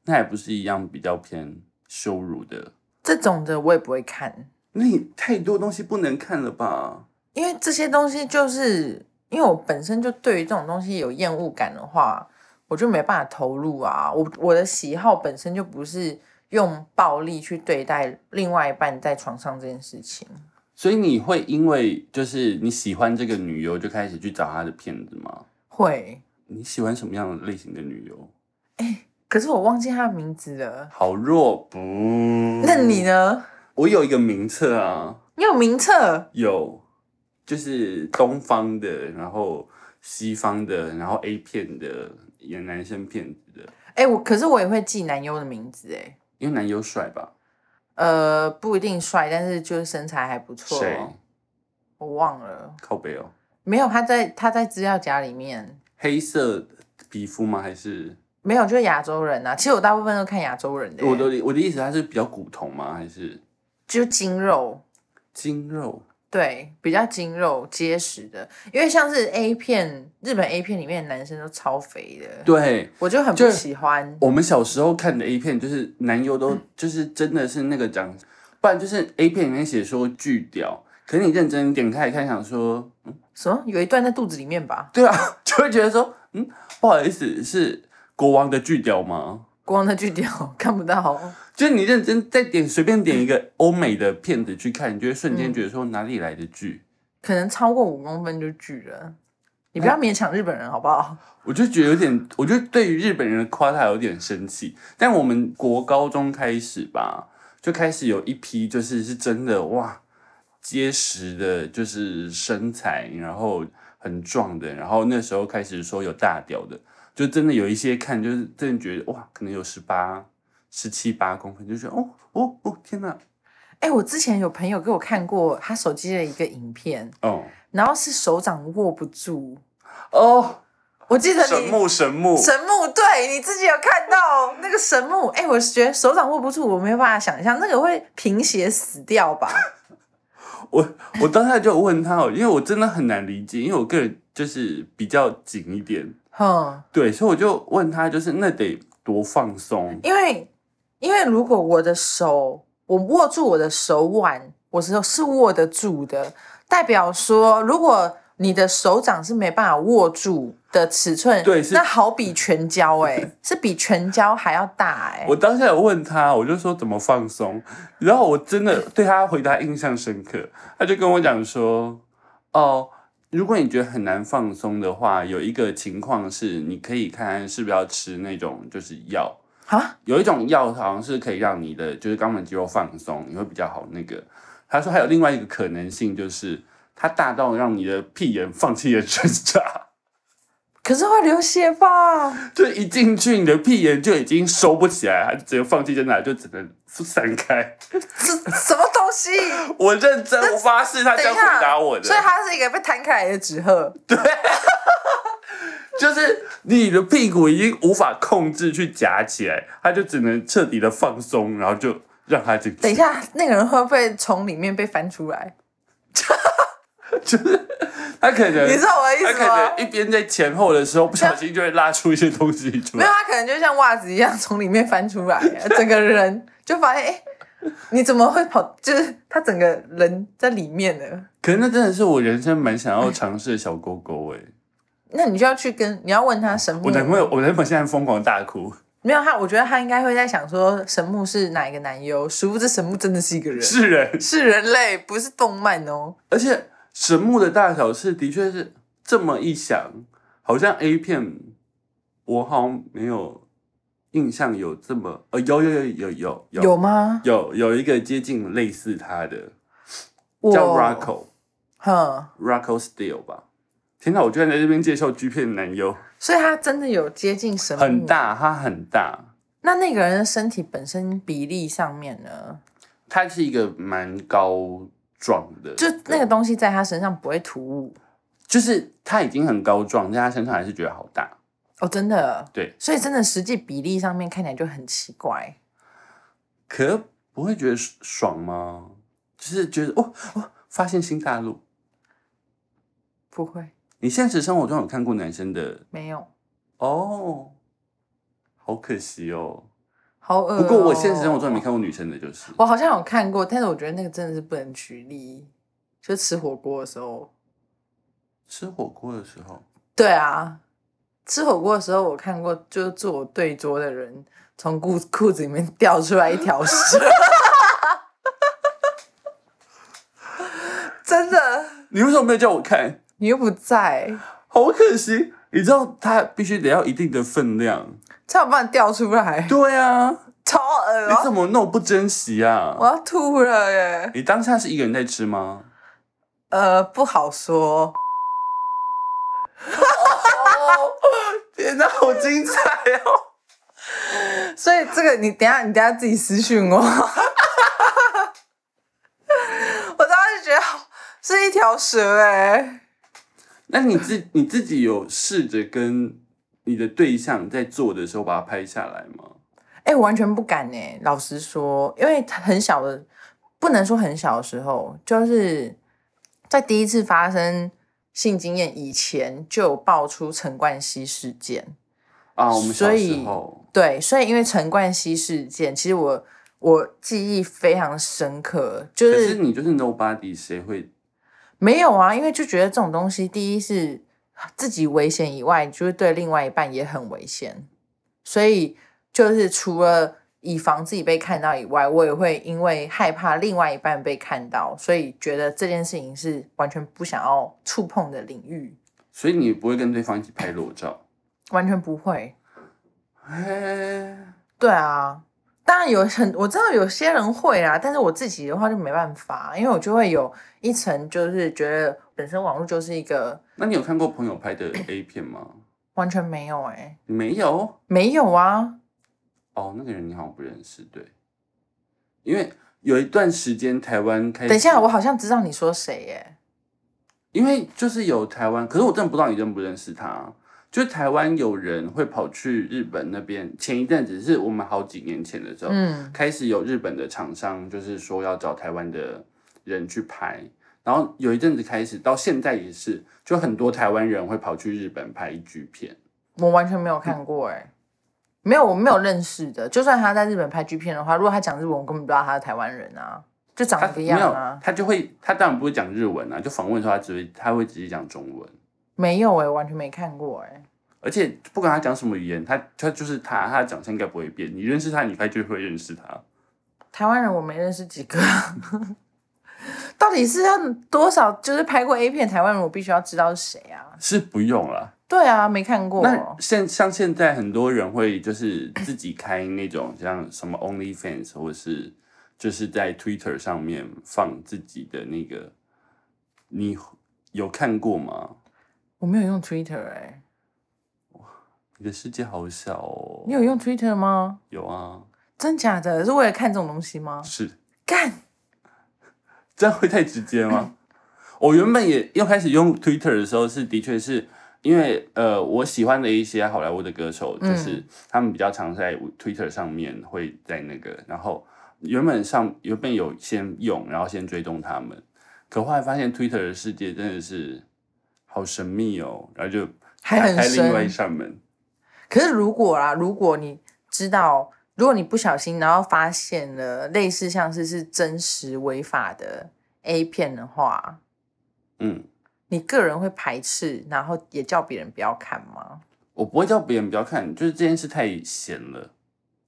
S1: 那也不是一样比较偏羞辱的。
S2: 这种的我也不会看。
S1: 那你太多东西不能看了吧？
S2: 因为这些东西就是因为我本身就对于这种东西有厌恶感的话，我就没办法投入啊。我我的喜好本身就不是用暴力去对待另外一半在床上这件事情。
S1: 所以你会因为就是你喜欢这个女优就开始去找她的片子吗？
S2: 会，
S1: 你喜欢什么样的类型的女优？
S2: 可是我忘记他的名字了。
S1: 好弱不？嗯
S2: 那你呢？
S1: 我有一个名册啊，
S2: 你有名册？
S1: 有就是东方的，然后西方的，然后 A 片的，演男生片子的，
S2: 哎、我可是我也会记男优的名字哎、
S1: 因为男优帅吧？
S2: 呃，不一定帅，但是就是身材还不错。
S1: 谁？
S2: 我忘了，
S1: 靠背哦，
S2: 没有他在他在资料夹里面
S1: 黑色皮肤吗？还是
S2: 没有，就是亚洲人啊。其实我大部分都看亚洲人的耶、欸
S1: 我的我的意思，他是比较古铜吗？还是
S2: 就筋肉，
S1: 精肉？
S2: 对，比较精肉结实的，因为像是 A 片，日本 A 片里面的男生都超肥的，
S1: 对，
S2: 我就很
S1: 就
S2: 不
S1: 是
S2: 喜欢。
S1: 我们小时候看的 A 片，就是男优都就是真的是那个讲，不然就是 A 片里面写说巨屌，可是你认真点开来看，想说，
S2: 什么？有一段在肚子里面吧？
S1: 对啊， 就会觉得说，嗯，不好意思，是国王的巨屌吗？
S2: 光那句屌 看不到，
S1: 就是你认真再点随便点一个欧美的片子去看，你就会瞬间觉得说哪里来的剧。
S2: 可能超过五公分就巨了。你不要勉强日本人好不好？
S1: 我就觉得有点，我就对于日本人的夸他有点生气。但我们国高中开始吧，就开始有一批就是是真的哇，结实的，就是身材，然后很壮的，然后那时候开始说有大屌的，就真的有一些看，就是真的觉得哇，可能有十八、十七八公分，就觉得哦哦哦，天哪，
S2: 哎、我之前有朋友给我看过他手机的一个影片，
S1: 哦
S2: 然后是手掌握不住，
S1: 哦，
S2: 我记得你
S1: 神木神木，
S2: 神木，对你自己有看到那个神木？哎、我觉得手掌握不住，我没有办法想象那个会贫血死掉吧？
S1: 我我当下就有问他哦，因为我真的很难理解，因为我个人就是比较紧一点，
S2: 哼，
S1: 对，所以我就问他，就是那得多放松，
S2: 因为因为如果我的手，我握住我的手腕，我是是握得住的，代表说，如果你的手掌是没办法握住的尺寸，
S1: 对是
S2: 那好比拳交、 哎，是比拳交还要大、哎，
S1: 我当下有问他，我就说怎么放松，然后我真的对他回答印象深刻，他就跟我讲说，哦，如果你觉得很难放松的话，有一个情况是你可以看看是不是要吃那种就是药，
S2: 啊，
S1: 有一种药好像是可以让你的就是肛门肌肉放松，你会比较好那个。他说还有另外一个可能性就是它大到让你的屁眼放弃了挣扎，
S2: 可是会流血吧？
S1: 就一进去你的屁眼就已经收不起来，它就直接放弃挣扎，就只能散开。
S2: 这什么东西？
S1: 我认真，我发誓他这
S2: 等
S1: 样
S2: 一
S1: 回
S2: 下，
S1: 答我的
S2: 所以，它是一个被弹开来的纸鹤。
S1: 就是你的屁股已经无法控制去夹起来，他就只能彻底的放松，然后就让它进去。
S2: 等一下，那个人会不会从里面被翻出来？
S1: 他可能
S2: 你知道我的意
S1: 呃他
S2: 思
S1: 可
S2: 吗
S1: 能？一边在前后的时候，不小心就会拉出一些东西出
S2: 没有，
S1: 来。
S2: 他可能就像袜子一样从里面翻 出来，整个人就发现，哎、你怎么会跑？就是他整个人在里面呢。
S1: 可是那真的是我人生蛮想要尝试的小勾勾哎、
S2: 嗯那你就要去跟你要问他神木
S1: 我，男朋友，我男朋友现在疯狂大哭，
S2: 没有他，我觉得他应该会在想说神木是哪一个男优，殊不知神木真的是一个人，
S1: 是人，
S2: 是人类，不是动漫哦。
S1: 而且神木的大小是的确是这么一想，好像 A 片，我好像没有印象有这么，呃，有有有有有
S2: 有吗？
S1: 有有一个接近类似他的
S2: 我
S1: 叫 Rocco
S2: 哼，
S1: Rocco Steele 吧。天哪，我居然在这边介绍 G 片男优，
S2: 所以他真的有接近神木，
S1: 很大，他很大。
S2: 那那个人的身体本身比例上面呢，
S1: 他是一个蛮高壮的，
S2: 就那个东西在他身上不会突兀
S1: 就是他已经很高壮，但他身上还是觉得好大。
S2: 哦，真的。
S1: 对，
S2: 所以真的实际比例上面看起来就很奇怪。
S1: 可不会觉得爽吗？就是觉得哦哦，发现新大陆。
S2: 不会，
S1: 你现实生活中有看过男生的
S2: 没有，
S1: 哦？好可惜哦。
S2: 好恶、哦
S1: 不过我现实生活中也没，看过女生的，就是
S2: 我好像有看过，但是我觉得那个真的是不能举例。就吃火锅的时候，
S1: 吃火锅的时候，
S2: 对啊，吃火锅的时候我看过，就是坐我对桌的人从裤裤子里面掉出来一条蛇， 真的。
S1: 你为什么没有叫我看？
S2: 你又不在，
S1: 好可惜，你知道他必须得要一定的分量。
S2: 才有办法掉出来，
S1: 对啊，
S2: 超恶
S1: 你
S2: 心、
S1: 怎么那么不珍惜啊
S2: 我？要吐了耶！
S1: 你当下是一个人在吃吗？
S2: 呃，不好说，
S1: 天哪，好精彩哦！
S2: 所以这个你等一下你等一下自己私讯我。 我当时就觉得好是一条蛇哎，
S1: 那你自你自己有试着跟你的对象在做的时候把它拍下来吗？
S2: 哎，我完全不敢哎，老实说，因为很小的，不能说很小的时候，就是在第一次发生性经验以前，就有爆出陈冠希事件。
S1: 啊，我们小
S2: 所
S1: 时
S2: 以
S1: 候
S2: 对，所以因为陈冠希事件，其实我我记忆非常深刻，就
S1: 可
S2: 是
S1: 是你就是 nobody，谁会
S2: 没有啊，因为就觉得这种东西，第一是自己危险以外，就是对另外一半也很危险，所以就是除了以防自己被看到以外，我也会因为害怕另外一半被看到，所以觉得这件事情是完全不想要触碰的领域，
S1: 所以你不会跟对方一起拍裸照。
S2: 完全不会。
S1: 嘿，
S2: 对啊，当然有很我知道有些人会啊，但是我自己的话就没办法，因为我就会有一层就是觉得本身网络就是一个
S1: 那你有看过朋友拍的 A 片吗？
S2: 完全没有哎、欸，
S1: 你没有
S2: 没有啊。
S1: 哦，那个人你好像不认识，对，因为有一段时间台湾开始，
S2: 等一下，我好像知道你说谁耶。
S1: 因为就是有台湾，可是我真的不知道你认不认识他。啊就是台湾有人会跑去日本那边，前一阵子是我们好几年前的时候，
S2: 嗯，
S1: 开始有日本的厂商，就是说要找台湾的人去拍，然后有一阵子开始，到现在也是，就很多台湾人会跑去日本拍 G 片。
S2: 我完全没有看过哎，没有，我没有认识的。就算他在日本拍 G 片的话，如果他讲日文，我根本不知道他是台湾人啊，就长
S1: 他
S2: 得不
S1: 没
S2: 一样
S1: 有
S2: 啊，。
S1: 他就会，他当然不会讲日文啊，就访问的时候他只会，他会直接讲中文，
S2: 没有哎，完全没看过哎。
S1: 而且不管他讲什么语言，他他就是他，他的长相应该不会变。你认识他，你该就会认识他。
S2: 台湾人我没认识几个， 到底是要多少？就是拍过 A 片的台湾人，我必须要知道是谁啊？
S1: 是不用啦。
S2: 对啊，没看过。
S1: 那现像现在很多人会就是自己开那种 像什么 OnlyFans 或是就是在 Twitter 上面放自己的那个，你有看过吗？
S2: 我没有用 Twitter 哎，
S1: 你的世界好小哦。
S2: 你有用 Twitter 吗？
S1: 有啊，
S2: 真假的？是为了看这种东西吗？
S1: 是
S2: 干，
S1: 这样会太直接吗？我原本也又开始用 Twitter 的时候，是的确是因为呃，我喜欢的一些好莱坞的歌手，
S2: 嗯
S1: 就是他们比较常在 Twitter 上面会在那个，然后原本上原本有先用，然后先追踪他们，可后来发现 Twitter 的世界真的是好神秘哦，然后就
S2: 还
S1: 打
S2: 很
S1: 开
S2: 深
S1: 另外一扇门，
S2: 可是如果啦，如果你知道，如果你不小心然后发现了类似像是是真实违法的 A 片的话，
S1: 嗯。
S2: 你个人会排斥，然后也叫别人不要看吗？
S1: 我不会叫别人不要看，就是这件事太闲了，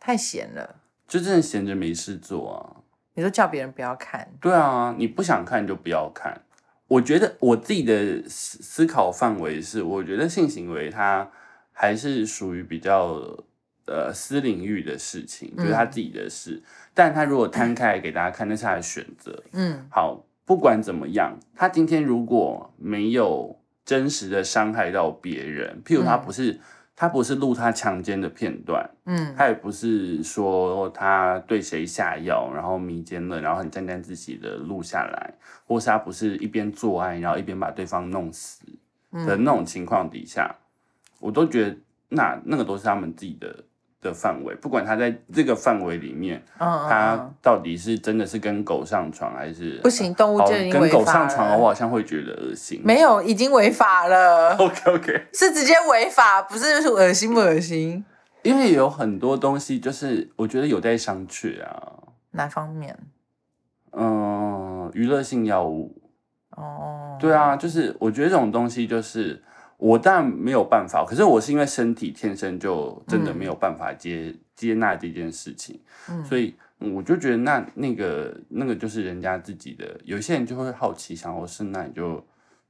S2: 太闲了，
S1: 就真的闲着没事做啊。
S2: 你说叫别人不要看，
S1: 对啊，你不想看就不要看。我觉得我自己的思思考范围是，我觉得性行为它还是属于比较呃私领域的事情，就是他自己的事。但他如果摊开来给大家看，那是他的选择。
S2: 嗯
S1: 好，不管怎么样，他今天如果没有真实的伤害到别人，譬如他
S2: 嗯
S1: 不是、他不是录他强奸的片段，
S2: 嗯
S1: 他也不是说他对谁下药，然后迷奸了，然后很沾沾自喜的录下来，或是他不是一边做爱，然后一边把对方弄死的
S2: 嗯，
S1: 那种情况底下，我都觉得那那个都是他们自己的的范围，不管他在这个范围里面，
S2: 嗯
S1: 他到底是真的是跟狗上床还是
S2: 不行动物
S1: 好
S2: 就已经
S1: 哦跟
S2: 违
S1: 狗
S2: 法
S1: 上床，
S2: 了
S1: 我好像会觉得恶心。
S2: 没有，已经违法了，
S1: OK OK。
S2: 是直接违法，不是就是恶心不恶心？
S1: 因为有很多东西，就是我觉得有待商榷啊。
S2: 哪方面？
S1: 嗯，娱乐性药物，
S2: 哦，
S1: 对啊，就是我觉得这种东西就是我当然没有办法，可是我是因为身体天生就真的没有办法接、接纳这件事情，
S2: 嗯
S1: 嗯所以我就觉得那那个那个就是人家自己的，有些人就会好奇想要试，那你就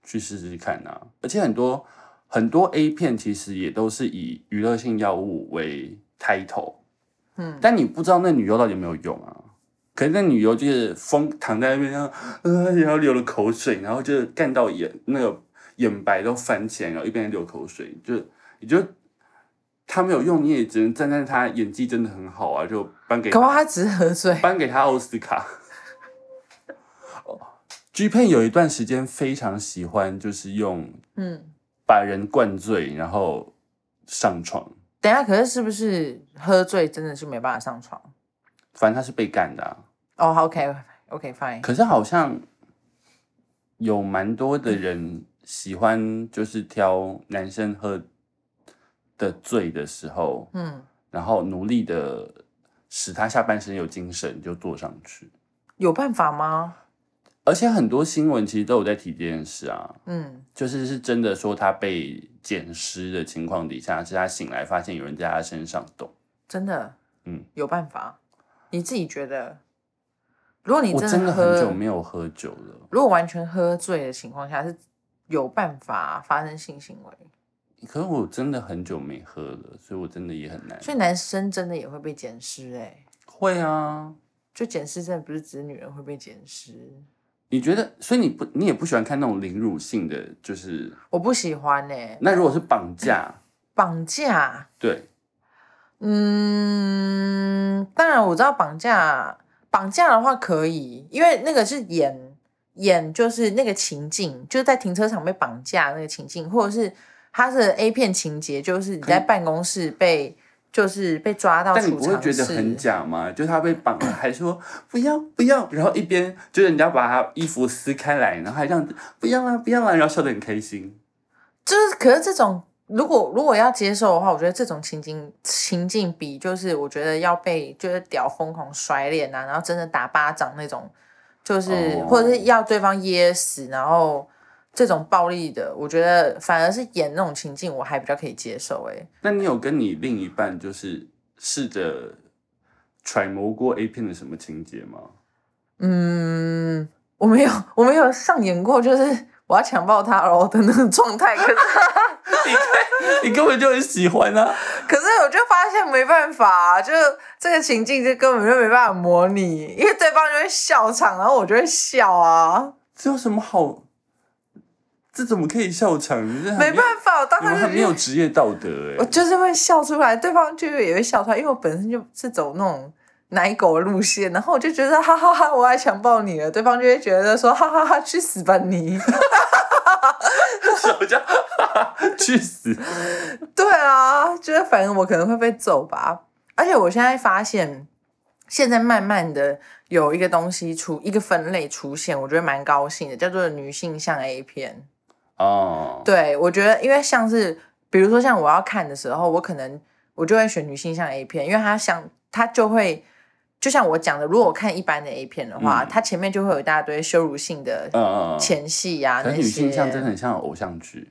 S1: 去试试看啊。而且很多很多 A 片其实也都是以娱乐性药物为 title，
S2: 嗯
S1: 但你不知道那女优到底有没有用啊。可是那女优就是疯躺在那边，然后呃，然后流了口水，然后就干到眼那个眼白都翻起来，然后一边流口水，就你就她没有用，你也只能赞叹她演技真的很好啊，就颁给
S2: 可
S1: 她
S2: 怕他只是喝 醉，
S1: 颁给她奥斯卡。G 哦片有一段时间非常喜欢，就是用
S2: 嗯。
S1: 把人灌醉，然后上床，
S2: 等一下，可是是不是喝醉真的是没办法上床？
S1: 反正她是被干的、啊。
S2: 哦、好 o k o k fine。
S1: 可是好像有蛮多的人喜欢就是挑男生喝的醉的时候，
S2: 嗯，
S1: 然后努力的使他下半身有精神就坐上去。
S2: 有办法吗？
S1: 而且很多新闻其实都有在提这件事啊，
S2: 嗯，
S1: 就是是真的说他被捡尸的情况底下，是他醒来发现有人在他身上动。
S2: 真的，
S1: 嗯，
S2: 有办法。你自己觉得，如果你
S1: 我真的很
S2: 喝，
S1: 久没有喝酒了，
S2: 如果完全喝醉的情况下，是有办法发生性行为，
S1: 可是我真的很久没喝了，所以我真的也很难。
S2: 所以男生真的也会被捡尸哎。
S1: 会啊，
S2: 就捡尸真的不是只是女人会被捡尸，
S1: 你觉得？所以你不，你也不喜欢看那种凌辱性的，就是
S2: 我不喜欢呢、欸
S1: 那如果是绑架，
S2: 绑架，
S1: 对，
S2: 嗯，当然我知道绑架，绑架的话可以，因为那个是演演，就是那个情境，就是在停车场被绑架那个情境，或者是他是 A 片情节，就是你在办公室被就是被抓到
S1: 但你
S2: 储
S1: 不会
S2: 藏
S1: 觉得很
S2: 室，
S1: 假吗？就是他被绑 了，还说不要不要，然后一边就是人家把他衣服撕开来，然后还这样子不要啊不要啊，然后笑得很开心。
S2: 就是可是这种。如果如果要接受的话，我觉得这种情境情境比就是我觉得要被就是屌疯狂甩脸啊，然后真的打巴掌那种，就是、
S1: 哦
S2: 或者是要对方噎死，然后这种暴力的，我觉得反而是演那种情境我还比较可以接受、欸。哎，
S1: 那你有跟你另一半就是试着揣摩过 A 片的什么情节吗？
S2: 嗯，我没有我没有上演过，就是我要强暴他喽的那种状态，可是
S1: 你根本就很喜欢啊！
S2: 可是我就发现没办法、就这个情境就根本就没办法模拟，因为对方就会笑场，然后我就会笑啊，
S1: 这有什么好？这怎么可以笑场？你这很
S2: 没办法，我当
S1: 你们
S2: 时
S1: 很
S2: 就
S1: 没有职业道德哎、
S2: 我就是会笑出来，对方就也会笑出来，因为我本身就是走那种奶狗的路线，然后我就觉得哈哈哈，我还强暴你了，对方就会觉得说哈哈哈，去死吧你！
S1: 什么叫 去死？
S2: 对啊，就是反正我可能会被揍吧，而且我现在发现，现在慢慢的有一个东西出一个分类出现，我觉得蛮高兴的，叫做女性向 A 片。
S1: 哦，
S2: 对，我觉得因为像是比如说像我要看的时候，我可能我就会选女性向 A 片，因为它像它就会。就像我讲的，如果我看一般的 A 片的话，
S1: 嗯
S2: 它前面就会有一大堆羞辱性的
S1: 嗯嗯嗯
S2: 前戏呀、
S1: 可
S2: 啊那
S1: 是
S2: 些。
S1: 女性像真的很像偶像剧，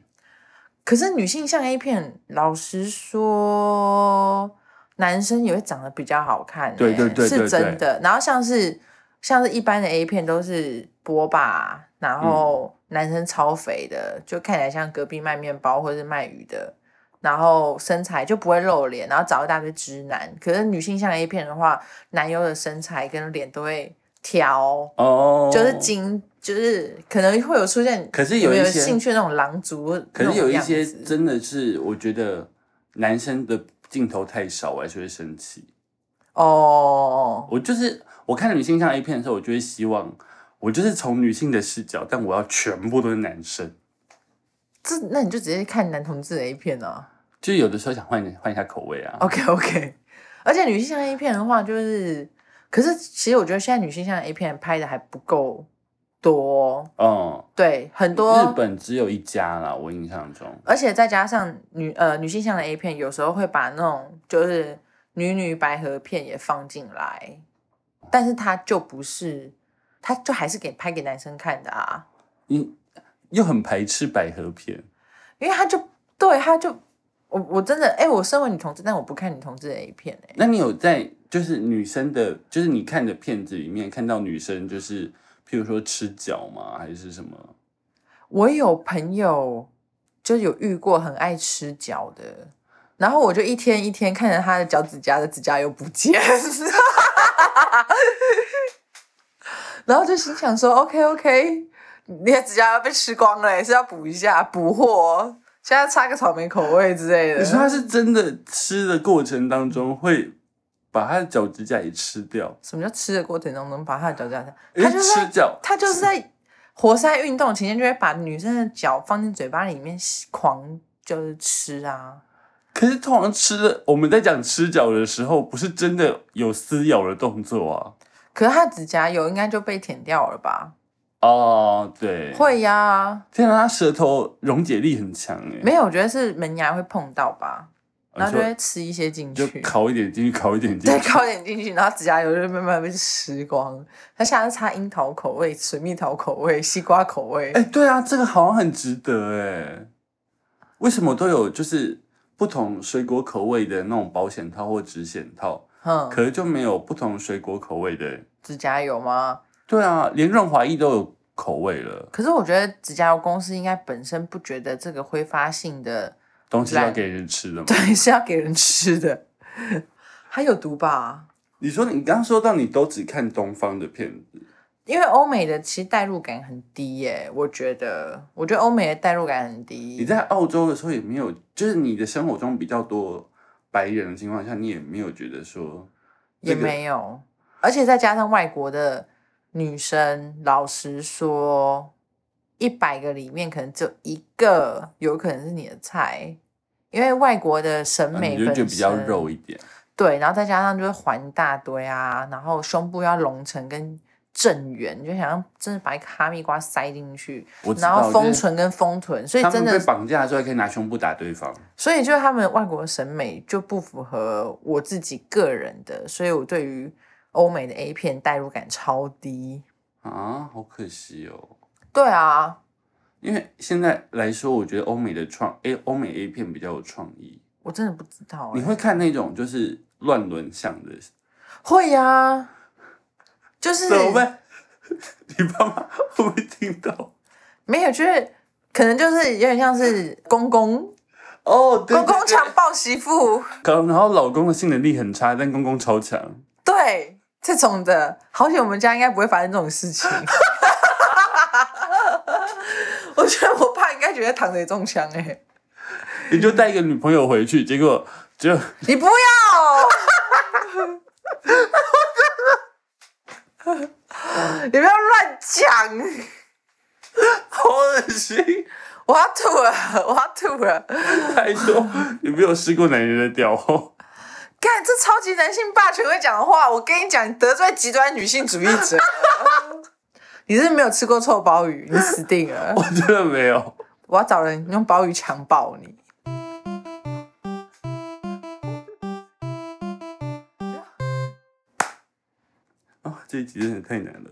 S2: 可是女性像 A 片，老实说，男生也会长得比较好看、欸，
S1: 对对对对
S2: 是真的。然后像是像是一般的 A 片都是波霸，然后
S1: 嗯
S2: 男生超肥的，就看起来像隔壁卖面包或者是卖鱼的，然后身材就不会露脸，然后找一大堆直男。可是女性像 A 片的话，男优的身材跟脸都会挑，
S1: 哦，
S2: 就是精，就是可能会有出现。
S1: 可是有一
S2: 没有
S1: 些
S2: 兴趣那种狼族，
S1: 可是有一些
S2: 那种样子
S1: 真的是，我觉得男生的镜头太少，我还是会生气。
S2: 哦，
S1: 我就是我看女性像 A 片的时候，我就会希望我就是从女性的视角，但我要全部都是男生。
S2: 这那你就直接看男同志的 A 片啊。
S1: 就有的时候想换换一下口味啊。
S2: OK OK，而且女性向 A 片的话，就是，可是其实我觉得现在女性向 A 片拍的还不够多，
S1: 哦、
S2: 对，很
S1: 日
S2: 多，
S1: 本只有一家啦，我印象中。
S2: 而且再加上女呃女性向的 A 片，有时候会把那种就是女女百合片也放进来，但是它就不是，它就还是给拍给男生看的啊。
S1: 你又很排斥百合片，
S2: 因为他就对他就我我真的哎、我身为女同志，但我不看女同志的 A 片哎、
S1: 那你有在就是女生的，就是你看的片子里面看到女生就是，譬如说吃脚吗，还是什么？
S2: 我有朋友就有遇过很爱吃脚的，然后我就一天一天看着他的脚趾甲的指甲又不见， 然后就心想说 OK OK，你的指甲要被吃光了、是要补一下补货，现在插个草莓口味之类的。
S1: 你说她是真的吃的过程当中会把她的脚趾甲也吃掉，
S2: 什么叫吃的过程中能把他的脚趾甲？
S1: 因
S2: 他
S1: 为
S2: 就在
S1: 吃脚
S2: 他就是在活塞运动期间就会把女生的脚放进嘴巴里面狂就是吃啊，
S1: 可是通常吃的，我们在讲吃脚的时候，不是真的有撕咬的动作啊。
S2: 可是他指甲油应该就被舔掉了吧？
S1: 哦，对，
S2: 会呀，
S1: 天啊，他舌头溶解力很强哎，
S2: 没有，我觉得是门牙会碰到吧，
S1: 啊
S2: 然后
S1: 你
S2: 就
S1: 说
S2: 会吃一些进
S1: 就
S2: 去，
S1: 烤一点进去，烤一点进
S2: 再
S1: 去，
S2: 靠点进去，然后指甲油就慢慢被吃光。他下次擦樱桃口味、水蜜桃口味、西瓜口味，
S1: 哎、对啊，这个好像很值得哎。为什么都有就是不同水果口味的那种保险套或纸险套，
S2: 嗯，
S1: 可是就没有不同水果口味的？
S2: 指甲油吗？
S1: 对啊，连润滑液都有口味了，
S2: 可是我觉得指甲油公司应该本身不觉得这个挥发性的，
S1: 东西是要
S2: 来
S1: 给人吃的嘛。
S2: 对，是要给人吃的，它有毒吧？
S1: 你说你刚刚说到你都只看东方的片子，
S2: 因为欧美的其实代入感很低耶、我觉得，我觉得欧美的代入感很低。
S1: 你在澳洲的时候也没有，就是你的生活中比较多白人的情况下，你也没有觉得说
S2: 也
S1: 这个
S2: 没有，而且再加上外国的女生，老实说，一百个里面可能只有一个有可能是你的菜，因为外国的审
S1: 呃
S2: 美
S1: 你就
S2: 本
S1: 觉得
S2: 身、
S1: 比较肉一点。
S2: 对，然后再加上就是环一大堆啊，然后胸部要隆成跟正圆，你就想要真的把一个哈密瓜塞进去，
S1: 我知
S2: 然
S1: 道，
S2: 后
S1: 就
S2: 丰
S1: 是
S2: 唇跟丰臀，所以
S1: 他
S2: 真
S1: 们
S2: 的
S1: 被绑架之后还可以拿胸部打对方。
S2: 所以就是他们外国审美就不符合我自己个人的，所以我对于欧美的 A 片代入感超低。
S1: 啊，好可惜哦。
S2: 对啊，
S1: 因为现在来说，我觉得欧美的创 A 欧美 A 片比较有创意。
S2: 我真的不知道、
S1: 你
S2: 欸。
S1: 会看那种就是乱伦向的，
S2: 会呀、就是
S1: 怎么办？ 你爸妈会不会听到？
S2: 没有，就是可能就是有点像是公公
S1: 哦，对
S2: 公公强暴媳妇，
S1: 强，然后老公的性能力很差，但公公超强。
S2: 对这种的，好险我们家应该不会发生这种事 情。 我觉得我爸应该觉得躺着也中枪哎、
S1: 你就带一个女朋友回去，结果就
S2: 你不要，你不要乱讲，
S1: 好恶心。
S2: 我要吐了， 我要吐了！
S1: 还说你没有试过男人的屌哦。
S2: 看这超级男性霸权会讲的话，我跟你讲，你得罪极端女性主义者， 你是没有吃过臭鲍鱼，你死定了！
S1: 我真的没有。
S2: 我要找人用鲍鱼强暴你。
S1: 啊、这一集真的太难了。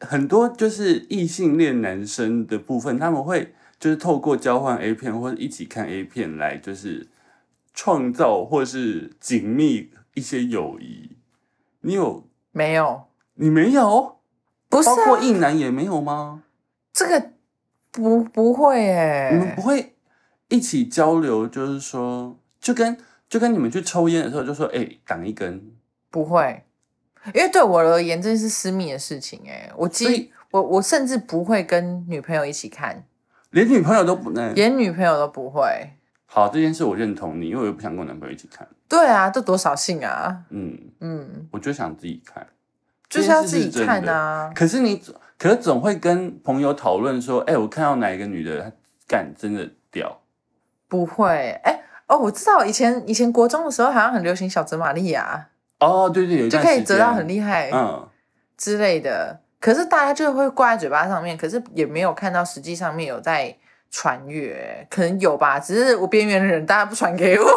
S1: 很多就是异性恋男生的部分，他们会就是透过交换 A 片或者一起看 A 片来，就是创造或是紧密一些友谊。你有？
S2: 没有，
S1: 你没有？
S2: 不是、
S1: 包括
S2: 啊、
S1: 异男也没有吗？
S2: 这个不不会哎、
S1: 你们不会一起交流，就是说，就跟就跟你们去抽烟的时候，就说，哎、挡一根，
S2: 不会，因为对我而言，这是私密的事情、哎，我
S1: 所
S2: 基
S1: 以
S2: 我我甚至不会跟女朋友一起看，
S1: 连女朋友都不能。
S2: 连女朋友都不会。
S1: 好，这件事我认同你，因为我又不想跟我男朋友一起看。
S2: 对啊，这多少性啊！
S1: 嗯。
S2: 嗯，
S1: 我就想自己看，
S2: 就是要自己看
S1: 这件事是
S2: 啊。
S1: 真的。可是你总，可是总会跟朋友讨论说，哎、我看到哪一个女的，她干真的屌，
S2: 不会，哎、哦，我知道，以前以前国中的时候好像很流行小泽玛利亚，
S1: 哦，对对，有一
S2: 就
S1: 段
S2: 可以
S1: 时间
S2: 折到很厉害
S1: 嗯，
S2: 之类的。可是大家就会挂在嘴巴上面，可是也没有看到实际上面有在传阅，可能有吧，只是我边缘的人大家不传给我。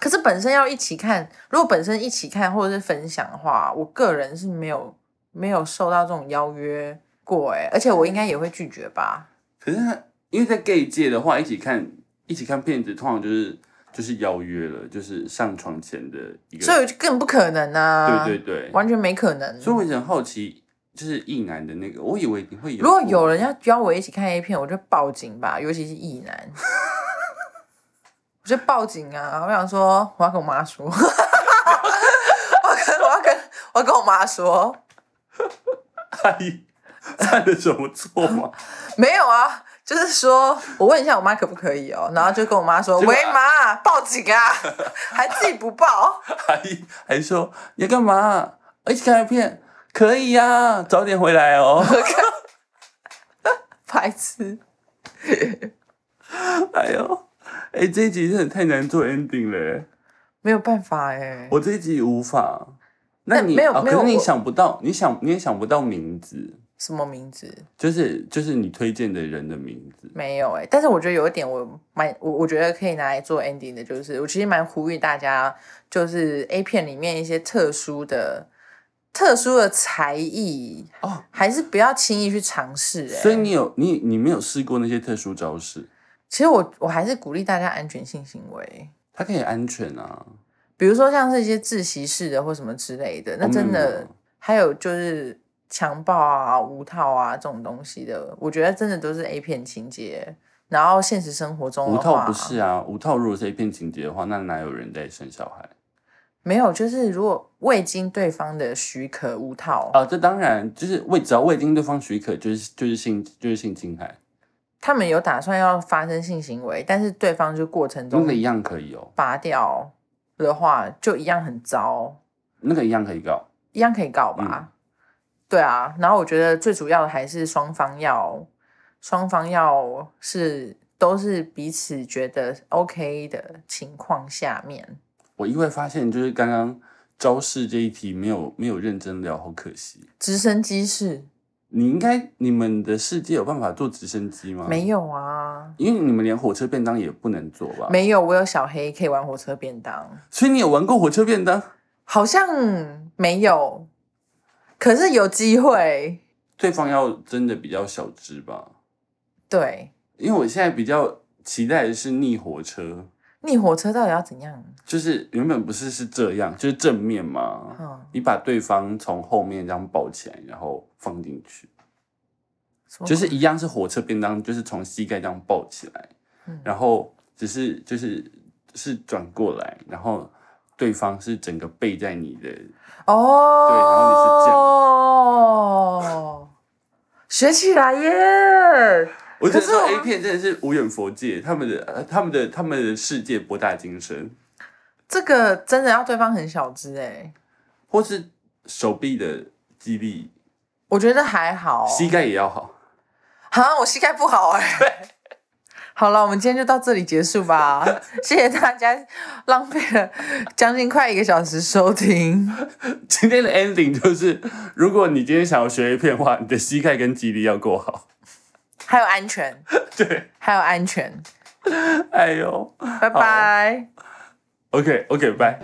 S2: 可是本身要一起看，如果本身一起看或者是分享的话，我个人是没有没有受到这种邀约过哎、而且我应该也会拒绝吧？
S1: 可是她因为在 gay 界的话，一起看一起看片子，通常就是就是邀约了，就是上床前的一个，
S2: 所以就更不可能啊！
S1: 对对对，
S2: 完全没可能。
S1: 所以我一直很好奇，就是异男的那个，我以为你会有，
S2: 如果有 人要邀我一起看 A 片，我就报警吧，尤其是异男，我就报警啊！我想说，我要跟我妈说，我 跟我要跟我要跟我妈说，
S1: 阿姨哎 犯了什么错吗？
S2: 没有啊，就是说我问一下我妈可不可以哦，然后就跟我妈说，
S1: 结果
S2: 喂妈，报警啊，还自己不报，
S1: 阿姨还说你要干嘛？一起看片可以呀、早点回来哦。
S2: 白痴，
S1: 哎呦，哎、这一集真的太难做 ending 了耶，
S2: 没有办法哎、
S1: 我这一集无法。那
S2: 但
S1: 你
S2: 没有
S1: 哦
S2: 没
S1: 可
S2: 有
S1: 是你
S2: 我
S1: 想不到，你想你也想不到名字，
S2: 什么名字？
S1: 就是就是你推荐的人的名字。
S2: 没有哎、但是我觉得有一点我蛮我我觉得可以拿来做 ending 的，就是我其实蛮呼吁大家，就是 A 片里面一些特殊的、特殊的才艺
S1: 哦，
S2: 还是不要轻易去尝试哎、
S1: 所以你有你你没有试过那些特殊招式，
S2: 其实我我还是鼓励大家安全性行为，
S1: 它可以安全啊。
S2: 比如说像是一些自习室的或什么之类的，那真的、
S1: 嗯
S2: 还有就是强暴啊、无套啊这种东西的，我觉得真的都是 A 片情节。然后现实生活中
S1: 无
S2: 的话，
S1: 套不是啊，无套如果是一片情节的话，那哪有人在生小孩
S2: 没有，就是如果未经对方的许可无套，
S1: 啊？这当然就是未只要未经对方许可，就是就是性就是性侵害，
S2: 他们有打算要发生性行为，但是对方就过程
S1: 那
S2: 中
S1: 个一样可以哦，
S2: 拔掉的话，就一样很糟，
S1: 那个一样可以告。
S2: 一样可以告
S1: 嗯
S2: 吧？对啊，然后我觉得最主要的还是双方要，双方要是都是彼此觉得 OK 的情况下面，
S1: 我意外发现，就是刚刚招式这一题没有没有认真聊，好可惜。
S2: 直升机是、
S1: 你应该你们的世界有办法坐直升机吗？
S2: 没，有啊，
S1: 因为你们连火车便当也不能坐吧？，
S2: 没有，我有小黑可以玩火车便当。
S1: 所以你有玩过火车便当？
S2: 好像没有，可是有机会。
S1: 对方要真的比较小只吧？
S2: 对，
S1: 因为我现在比较期待的是逆火车，
S2: 逆火车到底要怎样？
S1: 就是原本不是是这样，就是正面嘛，
S2: 嗯，
S1: 你把对方从后面这样抱起来，然后放进去，
S2: 什么
S1: 就是一样是火车便当，就是从膝盖这样抱起来，
S2: 嗯
S1: 然后只是就是是转过来，然后对方是整个背在你的，
S2: 哦，
S1: 对然后你是这样
S2: 哦，学起来耶！
S1: 我只能
S2: 可是我
S1: 说 A 片真的是无远佛界，他们的呃他们的他们的世界博大精深，
S2: 这个真的要对方很小只哎、
S1: 或是手臂的肌力，
S2: 我觉得还好。
S1: 膝盖也要好。
S2: 啊，我膝盖不好哎、好了，我们今天就到这里结束 吧。谢谢大家浪费了将近快一个小时收听。
S1: 今天的 ending 就是，如果你今天想要学 A 片的话，你的膝盖跟肌力要够好。
S2: 还有安全，
S1: 对，
S2: 还有安全，
S1: 哎呦
S2: 拜拜。
S1: ，OK OK，拜。